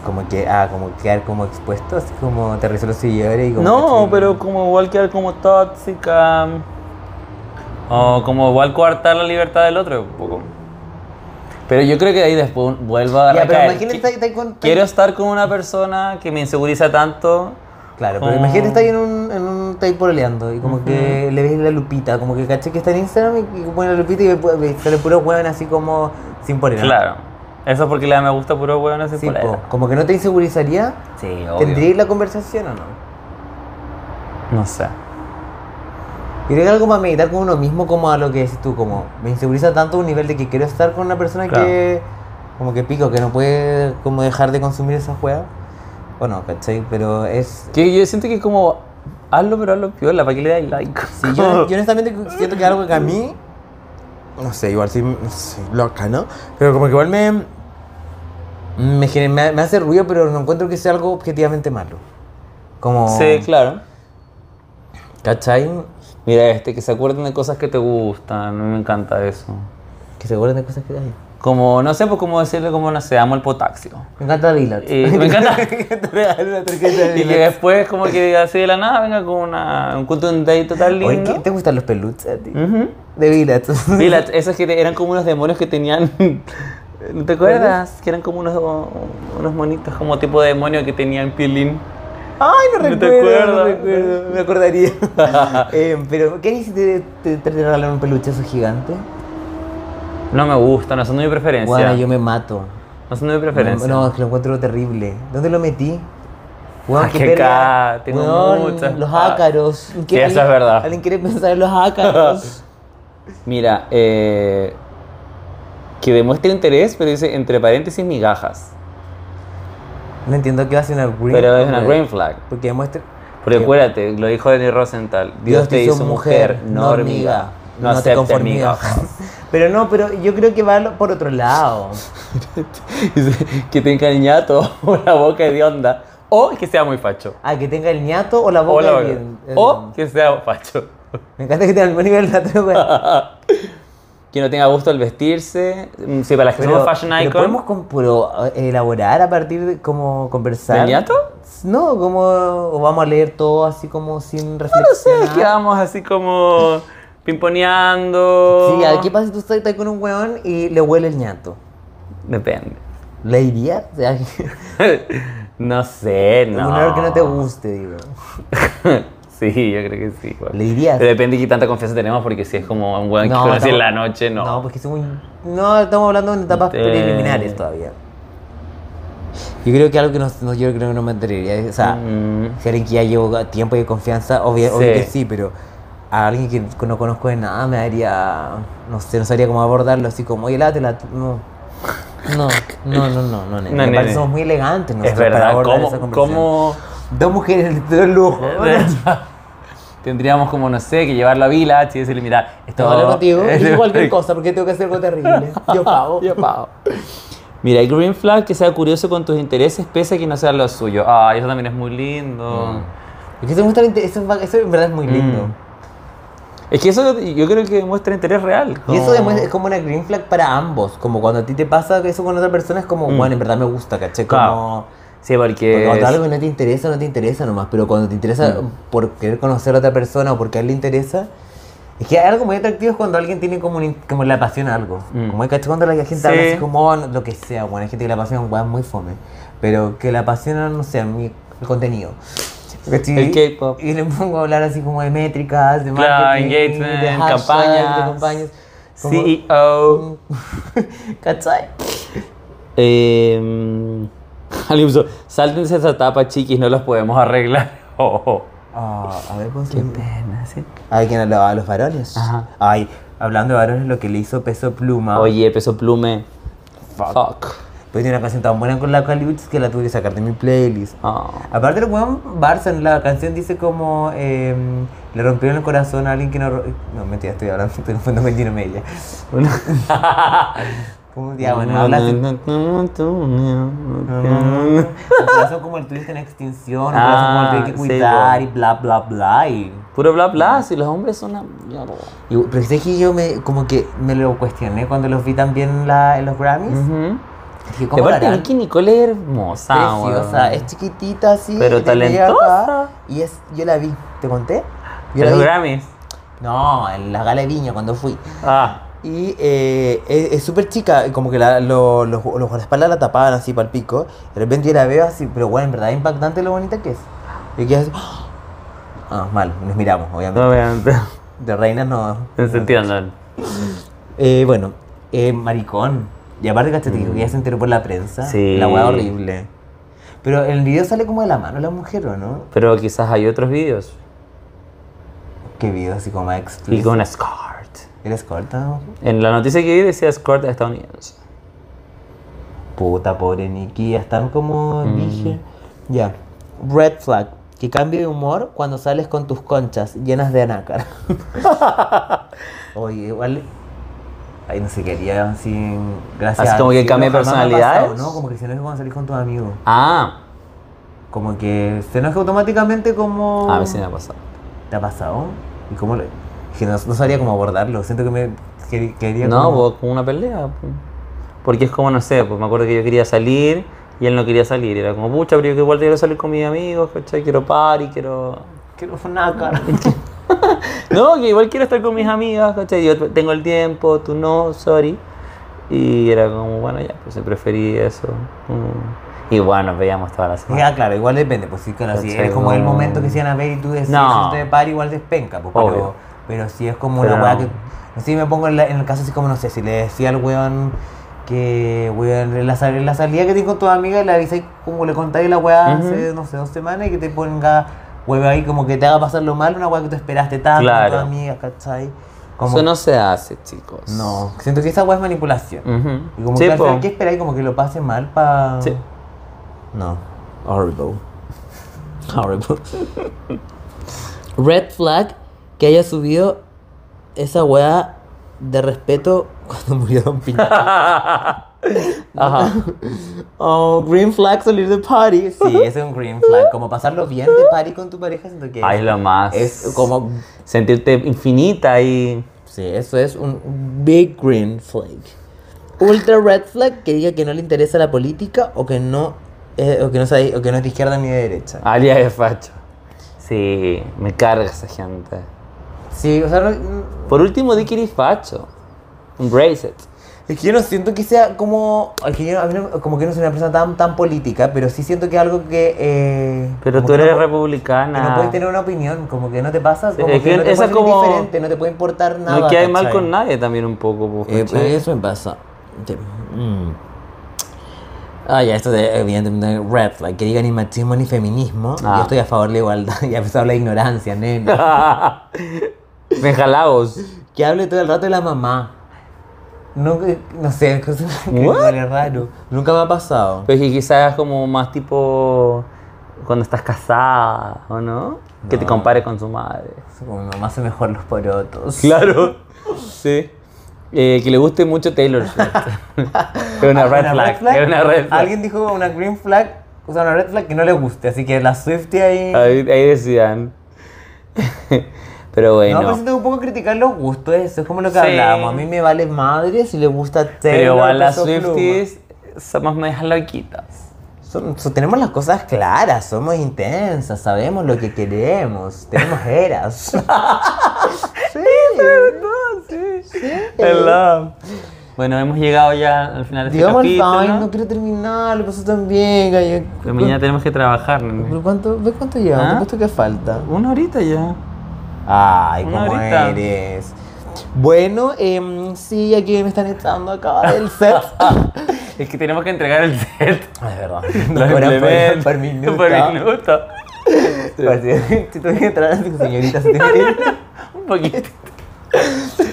Como que, ah, como quedar como expuesto, así como te resuelve los seguidores y como.
No,
¿cachai?
pero como igual quedar como tóxica. O como igual coartar la libertad del otro. un poco. Pero yo creo que ahí después vuelvo a
Ya, pero
recaer.
imagínate,
Qui-
está- está con-
Quiero estar con una persona que me inseguriza tanto.
Claro, pero
Oh.
imagínate está ahí en un, en un está ahí pololeando y como que le ves la lupita, como que caché que está en Instagram y, y pone la lupita y ve pu- ve- sale puro hueón así como sin polera.
Claro. Eso es porque le da me gusta puro hueón ese
Sí, po. como que no te insegurizaría,
Sí,
¿tendríais la conversación o no?
No sé.
Yo creo que algo para meditar con uno mismo como a lo que decís tú, como me inseguriza tanto a un nivel de que quiero estar con una persona
Claro.
que como que pico, que no puede como dejar de consumir esa juega. Bueno, ¿cachai? Pero es...
Que yo siento que es como, hazlo, pero hazlo piola, ¿para qué le dais like?
Sí, yo, yo honestamente siento que algo que a mí. No sé, igual sí, no sé, loca, ¿no? Pero como que igual me. Me, gener- me, me hace ruido, pero no encuentro que sea algo objetivamente malo. Como.
Sí, claro.
¿Cachai?
Mira este, que se acuerden de cosas que te gustan, a mí me encanta eso.
Que se acuerdan de cosas que hay.
Como, no sé, pues cómo decirle, como, no sé, amo el potaxio.
Me encanta Dillard.
Eh, me encanta.
Una tarjeta de
Y que
Dillard.
después, como que así de la nada, venga con una, un cuento de un date total
Oye,
lindo.
¿qué- ¿te gustan los peluches a ti?
Ujú.
De Dillard.
Mm. Sí, la- esos que te- eran como unos demonios que tenían. ¿No te acuerdas? Que eran como unos, unos monitos, como tipo de demonio que tenían pielín.
Ay, no,
No te
recuerdo, no
acuerdas.
recuerdo, me acordaría. Eh, pero, ¿qué hiciste te, te, te regalaron un peluche a esos gigantes?
No me gusta, no son de mi preferencia.
Bueno, yo me mato.
No son de mi preferencia.
No, no, es que lo encuentro terrible. ¿Dónde lo metí? Weón,
Ah,
qué
qué
perra.
ca- tengo
Weón,
muchas.
Los ácaros.
Sí, eso es verdad.
Alguien quiere pensar en los ácaros.
Mira, eh, que demuestre interés, pero dice entre paréntesis migajas.
no entiendo qué va a ser una green
pero es una
flag.
green flag.
Porque demuestra.
Porque
que-
acuérdate, lo dijo Denis Rosenthal. Dios, te hizo mujer, no hormiga. No,
te
aceptes
conformes.
migajas.
Pero no, pero yo creo que va por otro lado.
Dice que te encariñaba todo por la boca de onda. O que sea muy facho.
Ah, que tenga el ñato o la
O,
boca.
la
de
boca.
bien- eh,
o que sea facho.
Me encanta que tenga el mismo nivel de otra wea.
que no tenga gusto al vestirse. Mm, Sí, para las que somos fashion
pero podemos
icon.
con- pero, eh, elaborar a partir de como conversar.
¿Del ñato?
No, como o vamos a leer todo así como sin
No sé,
reflexionar.
quedamos así como pimponeando.
Sí, ¿a qué pasa si tú estás estás con un weón y le huele el ñato?
Depende.
¿Le iría? O sea,
no sé, no.
Un olor que no te guste, digo.
sí, yo creo que sí. igual.
¿Le irías?
Pero depende de qué tanta confianza tenemos, porque si es como un weón que conocí en la noche, no. Eh.
No, pues, porque es muy... No, estamos hablando de etapas
Te-
preliminares todavía. Yo creo que algo que no, no- yo creo que no me atrevería. O sea,
Mm,
si alguien que ya llevo tiempo y confianza, obvia,
Sí.
obvio que sí, pero a alguien que no conozco de nada me daría. No sé, no sabría cómo abordarlo así como, oye, late, la. No. No, no, no, no, no, nene.
No,
Me parece
nene.
somos muy elegantes, ¿no?
es verdad, ¿cómo, cómo
Dos mujeres de lujo.
tendríamos como, no sé, que llevarlo a Village y decirle, mira, esto
Te hablo contigo. Digo cualquier cosa porque tengo que hacer algo terrible. Yo pago.
Yo pago. Mira, el green flag que sea curioso con tus intereses pese a que no sean los suyos. Ay, eso también es muy
Mm.
lindo.
Es que eso, muestra inter- eso, va- eso en verdad es muy lindo.
Mm. Es que eso yo creo que demuestra interés real.
Y eso
como-
demuestra- es como una green flag para ambos. Como cuando a ti te pasa eso con otra persona, es como, bueno, en verdad me gusta, ¿caché? Como.
Mm. Claro. Sí, porque...
Porque cuando algo que no te interesa, no te interesa nomás, pero cuando te interesa
Mm.
por querer conocer a otra persona o porque a él le interesa, es que hay algo muy atractivo es cuando alguien tiene como, un in- como le apasiona algo.
Mm.
Como hay cacho cuando la gente
Sí.
habla así como "Oh, no", lo que sea, bueno, hay gente que le apasiona un muy fome, pero que le apasiona, no sé, a mí, el contenido. ¿Cachai?
El K-pop.
Y le pongo a hablar así como de métricas, de
Claro,
marketing,
engagement,
de hashtags,
campañas.
de campañas. Como-
E CEO.
¿Cachai?
Eh, alguien puso, sáltense esa etapa, chiquis, no los podemos arreglar. Oh, oh.
Ah, a ver, pues,
pena, sí.
Ay, quien hablaba de los varones.
Ajá.
Ay, hablando de varones, lo que le hizo Peso Pluma.
Oye, peso plume.
Fuck.
Fuck.
Pues tiene una canción tan buena con la Caliuts que la tuve que sacar de mi playlist.
Oh.
Aparte, el weón Barça en la canción dice como eh, le rompieron el corazón a alguien que no. ro- No, mentira, estoy hablando, estoy confundiendo con Gino Mella. Como, ya, bueno,
Ah.
habla así. Un corazón como el tuyo está en extinción, un corazón como el tuyo hay que
Ah, sí,
cuidar
weón.
y bla, bla, bla. Y,
Puro bla bla, si los hombres son una mierda.
y- pero sé que yo me, como que me lo cuestioné cuando los vi también en, la- en los Grammys.
Ujú.
Dije,
Y
¿cómo lo
aparte,
harán?
Nicki Nicole es hermosa.
Preciosa,
weón.
es chiquitita así.
Pero
de media
talentosa.
acá, y es, yo la vi, ¿te conté? Yo la
Los
vi.
Grammys.
No, en la gala de Viña cuando fui.
Ah,
Y eh, es es súper chica, y como que la, lo- los los guardaespaldas la tapaban así para el pico. De repente yo la veo así, pero bueno, en verdad es impactante lo bonita que es. Y que es. Ah, mal, nos miramos, obviamente.
no vean.
De reinas no.
En sentido, no.
Eh, bueno, eh, maricón. Y aparte, ¿cachai? Te digo que ya se enteró por la prensa.
Mm. Sí.
La hueá horrible. Pero el video sale como de la mano la mujer, ¿o no?
Pero quizás hay otros vídeos.
Qué video así como
Y
explícito.
con escort.
¿Eres corta?
En la noticia que vi decía escort estadounidense.
Puta, pobre Nikki, ya están como
Mm.
dije. Ya. Red flag. Que cambie de humor cuando sales con tus conchas llenas de anácar. Oye, igual. Ay, no sé qué haría así. Gracias.
Así como
al
que cambie
cielo, jamás me ha
personalidades.
pasado, ¿no? Como que si no es como salir con tus amigos.
Ah,
Como que se enoja automáticamente como.
Ah, a ver si me ha pasado.
¿Te ha pasado? ¿Y cómo lo.? Que no, no sabría cómo abordarlo. Siento que me. que- quería
No,
como-
pues como una pelea. pues. Porque es como, no sé, pues me acuerdo que yo quería salir y él no quería salir. Era como, pucha, pero yo que igual quiero salir con mis amigos, ¿cachai? Quiero party, quiero...
Quiero una cara.
No, que igual quiero estar con mis amigas, ¿cachai? Yo tengo el tiempo, tú no, sorry. Y era como, bueno, ya, pues preferí eso. Mm. Y bueno, nos veíamos toda la semana.
Ya, claro, igual depende, pues sí, claro, si
Cachai,
es como el
como-
momento que se van a ver y tú decís,
No.
no. te par igual despenca, pues,
Obvio.
pero, pero si es como una
Pero
weá
no.
que, no sé, me pongo en, la- en el caso así como, no sé, si le decía al weón que, weón, en la, sal- en la salida que tenés con tu amiga, le avisáis como le contáis la weá
Ujú.
hace, no sé, dos semanas y que te ponga, weón, ahí como que te haga pasar lo mal, una weá que tú esperaste tanto
Claro.
con tu amiga, ¿cachai? Como,
Eso no se hace, chicos.
no, siento que esa weá es manipulación.
Ujú.
Y como
Sí,
que al
po.
final, ¿qué esperáis? Como que lo pase mal para.
Sí.
No.
Horrible. Horrible.
Red flag que haya subido esa weá de respeto cuando murió Don Piñera.
Ajá.
Oh, green flag salir de party. Sí, es un green flag. Como pasarlo bien de party con tu pareja, siento que
Ay, lo más.
es como.
sentirte infinita y.
Sí, eso es un big green flag. Ultra red flag que diga que no le interesa la política o que no, eh, o que no, sabe- o que no es de izquierda ni de derecha.
Alias de facho. Sí, me carga esa gente.
Sí, o sea, no- mm,
Por último, di que eres facho. Embrace it.
es que yo no siento que sea como. es que yo- a mí no- como que no soy una persona tan, tan política, pero sí siento que es algo que. eh,
Pero
como
tú
que no
eres
po-
republicana.
que no puedes tener una opinión, como que no te pasa, como
es
que,
que
no te
esa es
puedes sentir
como-
diferente, no te puede importar nada.
no queda mal
¿cachai?
con nadie también un poco. pues,
Eh, pues,
¿cachai?
eso me pasa. Te- mm. Ah, ya, esto de evidentemente red flag, que diga ni machismo ni feminismo.
Ah.
Yo estoy a favor de la igualdad y a pesar de la ignorancia, nena.
eh. me jalaos.
que hable todo el rato de la mamá. No, no sé, es cosa que me
What?
huele raro. Nunca me ha pasado.
Pero es Pues que quizás es como más tipo cuando estás casada, ¿o no? Que te compare con su madre.
Como mamá hace mejor los porotos.
Claro, sí. Eh, que le guste mucho Taylor Swift. es una
Ah,
red flag. Es una red flag.
Alguien dijo una green flag, o sea, una red flag que no le guste, así que la Swifty ahí.
Ahí, ahí decían. Pero
No, pues, pero
bueno.
siento un poco criticar los gustos, eso es como lo que
Sí.
hablábamos. A mí me vale madre si le gusta Taylor.
pero igual las
Peso Pluma.
Swifties somos medias loquitas.
Son- so- tenemos las cosas claras, somos intensas, sabemos lo que queremos, tenemos eras. sí. Eh,
Hello. Bueno, hemos llegado ya al final de este
Digamos, ay,
capítulo.
no quiero terminar, lo pasó tan bien, gallo.
Pues mañana tenemos que trabajar. nene.
¿Pero cuánto, ¿Ves cuánto llevamos?
¿Ah?
¿Te puesto que falta?
Una horita ya.
Ay,
Una
cómo
horita.
eres. Bueno, em, sí, aquí me están echando acá del set.
Es que tenemos que entregar el set.
Ah, Es verdad.
Los
Ahora por-
implementos,
por minuto.
Por minuto.
Parece- Si tuviera que entrar así, señorita, se tiene que ir.
Un poquito.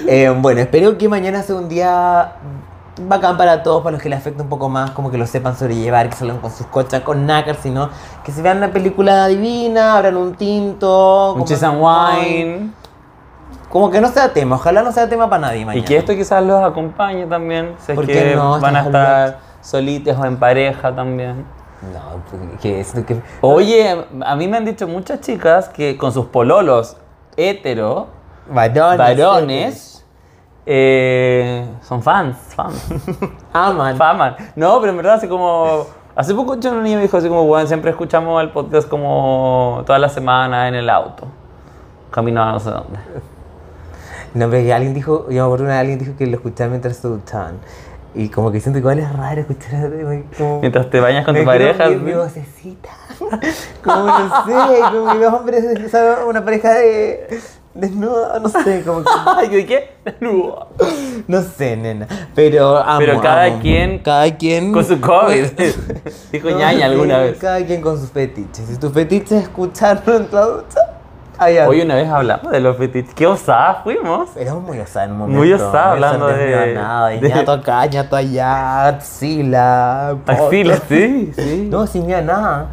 Eh, bueno, espero que mañana sea un día bacán para todos, para los que le afecta un poco más, como que lo sepan sobrellevar, que salgan con sus cochas, con nácar, sino que se vean una película divina, abran un tinto,
Un cheese
coman
and wine.
Como que no sea tema, ojalá no sea tema para nadie
Y
mañana.
que esto quizás los acompañe también. Si es
¿Por
que
qué no? Este
van a
Estamos
estar solitos o en pareja también.
No, pues, que es que...
Oye, a mí me han dicho muchas chicas que con sus pololos hetero,
Varones.
varones, eh, son fans, fans.
Aman.
Faman. No, pero en verdad, así como. Hace poco yo un niño me dijo así como, weón, siempre escuchamos el podcast como toda la semana en el auto. Camino a no sé dónde.
No, pero que alguien dijo, yo me acuerdo una vez alguien dijo que lo escuchaba mientras se duchaban. Y como que siento que igual es raro escuchar como-
Mientras te bañas con
Me
tu
quiero
pareja.
Mi, mi
así.
vocecita. Como no sé, como que los hombres, o sea, una pareja de desnuda, no sé, como que.
Ay, ¿de qué? Desnudo.
No sé, nena. Pero amo,
Pero cada
amo.
quien-
Cada quien.
Con su COVID. Dijo
No,
ñaña alguna
sí,
vez.
Cada quien con sus fetiches. Si tu fetiche es escucharlo en la ducha, allá.
Hoy una vez hablamos de los fetiches. Qué osadas fuimos.
Éramos muy osados en un momento.
Muy osadas hablando de-
Nada,
de-
ñato acá, ñato allá, axila.
Axila, sí, sí.
No, sin miedo a nada.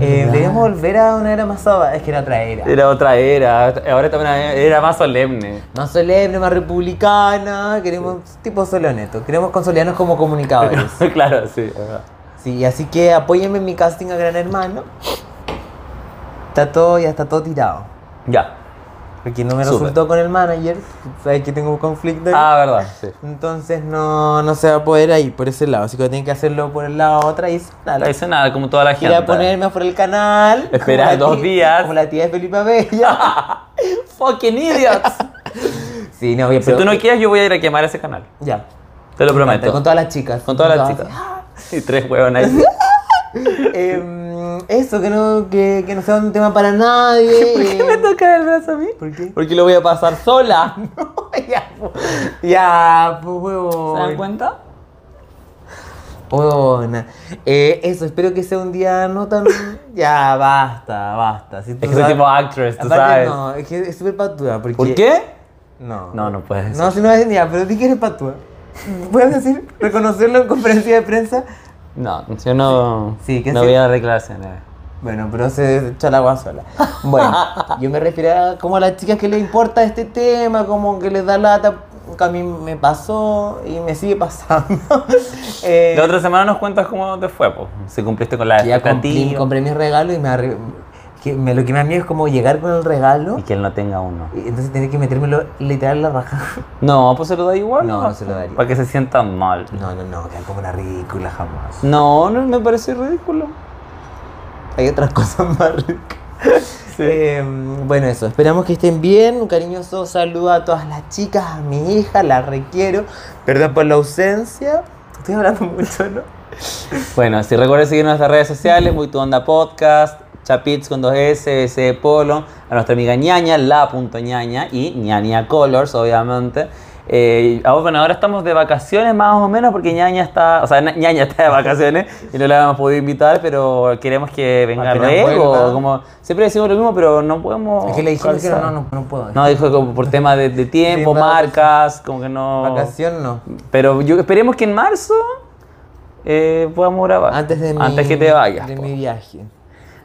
Eh,
¿Verdad?
deberíamos volver a una era más abajo. Es que era otra era.
Era otra era. Ahora también era más solemne.
Más solemne, más republicana. Queremos tipo soloneto. Queremos consolidarnos como comunicadores.
claro, sí. es verdad.
Sí, así que apóyenme en mi casting a Gran Hermano. Está todo, ya está todo tirado.
Ya.
Porque no me
Súper.
resultó con el manager. Sabes que tengo un conflicto. ahí.
Ah, verdad. Sí.
Entonces no, no se va a poder ahí por ese lado. Así que tienen que hacerlo por el lado tradicional.
No hice nada, como toda la gente.
Ir a ponerme por el canal. como
Espera
la
dos
tía-
días.
Como la tía de Felipe Bella.
Fucking idiots.
sí, no, oye,
Si
pero.
tú no quieres, yo voy a ir a quemar ese canal.
Ya.
Te lo
Con,
prometo.
todas las chicas.
Con todas las chicas. Y tres huevones.
Em, eso, que no, que, que no sea un tema para nadie.
¿Por qué
em,
me toca el brazo a mí?
¿Por qué?
Porque lo voy a pasar sola.
ya, pues, ya, pues, huevo.
¿Se dan cuenta?
Oh, na- eh, eso, espero que sea un día no tan. ya, basta, basta. Si tú
Es que soy
sabes-
tipo actress, tú
Aparte,
sabes.
No, es que es súper patúa. Porque...
¿Por qué?
No.
No, no puedes.
No, si no es ya, pero di que eres patúa. ¿Puedes decir, reconocerlo en conferencia de prensa?
No, yo no,
Sí, que
no
sí.
voy a dar declaraciones.
Bueno, pero se echa el agua sola. Bueno, yo me refería como a las chicas que les importa este tema, como que les da lata, que a mí me pasó y me sigue pasando. Eh,
La otra semana nos cuentas cómo te fue, po. si cumpliste con la
que ya cumplí,
expectativa
compré mis regalos y me, arre- que me- lo que me da miedo es como llegar con el regalo
y que él no tenga uno.
y entonces tener que metérmelo literal en la raja.
No, pues se lo da igual.
No, no se lo daría.
Para que se sientan mal.
No, no, no, queda como una ridícula jamás.
No, no me parece ridículo.
Hay otras cosas más ricas. Eh, bueno, eso. Esperamos que estén bien. Un cariñoso saludo a todas las chicas, a mi hija, la requiero. Perdón por la ausencia. Estoy hablando mucho, ¿no?
Bueno, si recuerden seguirnos en nuestras redes sociales, Muy Tu Onda Podcast, Chapits con 2S, S de Polo, a nuestra amiga ñaña, la.ñaña y ñaña Colors, obviamente. Eh, ah, bueno, ahora estamos de vacaciones más o menos porque ñaña está, o sea, na- ñaña está de vacaciones y no la hemos podido invitar, pero queremos que venga
Apenas
luego.
vuelva.
Como, siempre decimos lo mismo, pero no podemos.
Es que le dijimos que
calzar.
no, no, no puedo.
No, dijo como por tema de, de tiempo,
Sí,
marcas, como que no.
Vacación no.
Pero yo, esperemos que en marzo eh, podamos grabar.
Antes de mi,
que te vayas.
De
po.
mi viaje.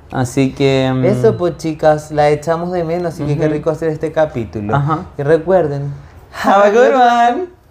Así que. mm,
Eso pues chicas, la echamos de menos, así que qué rico hacer este capítulo.
Ajá.
Y recuerden.
Have a good one.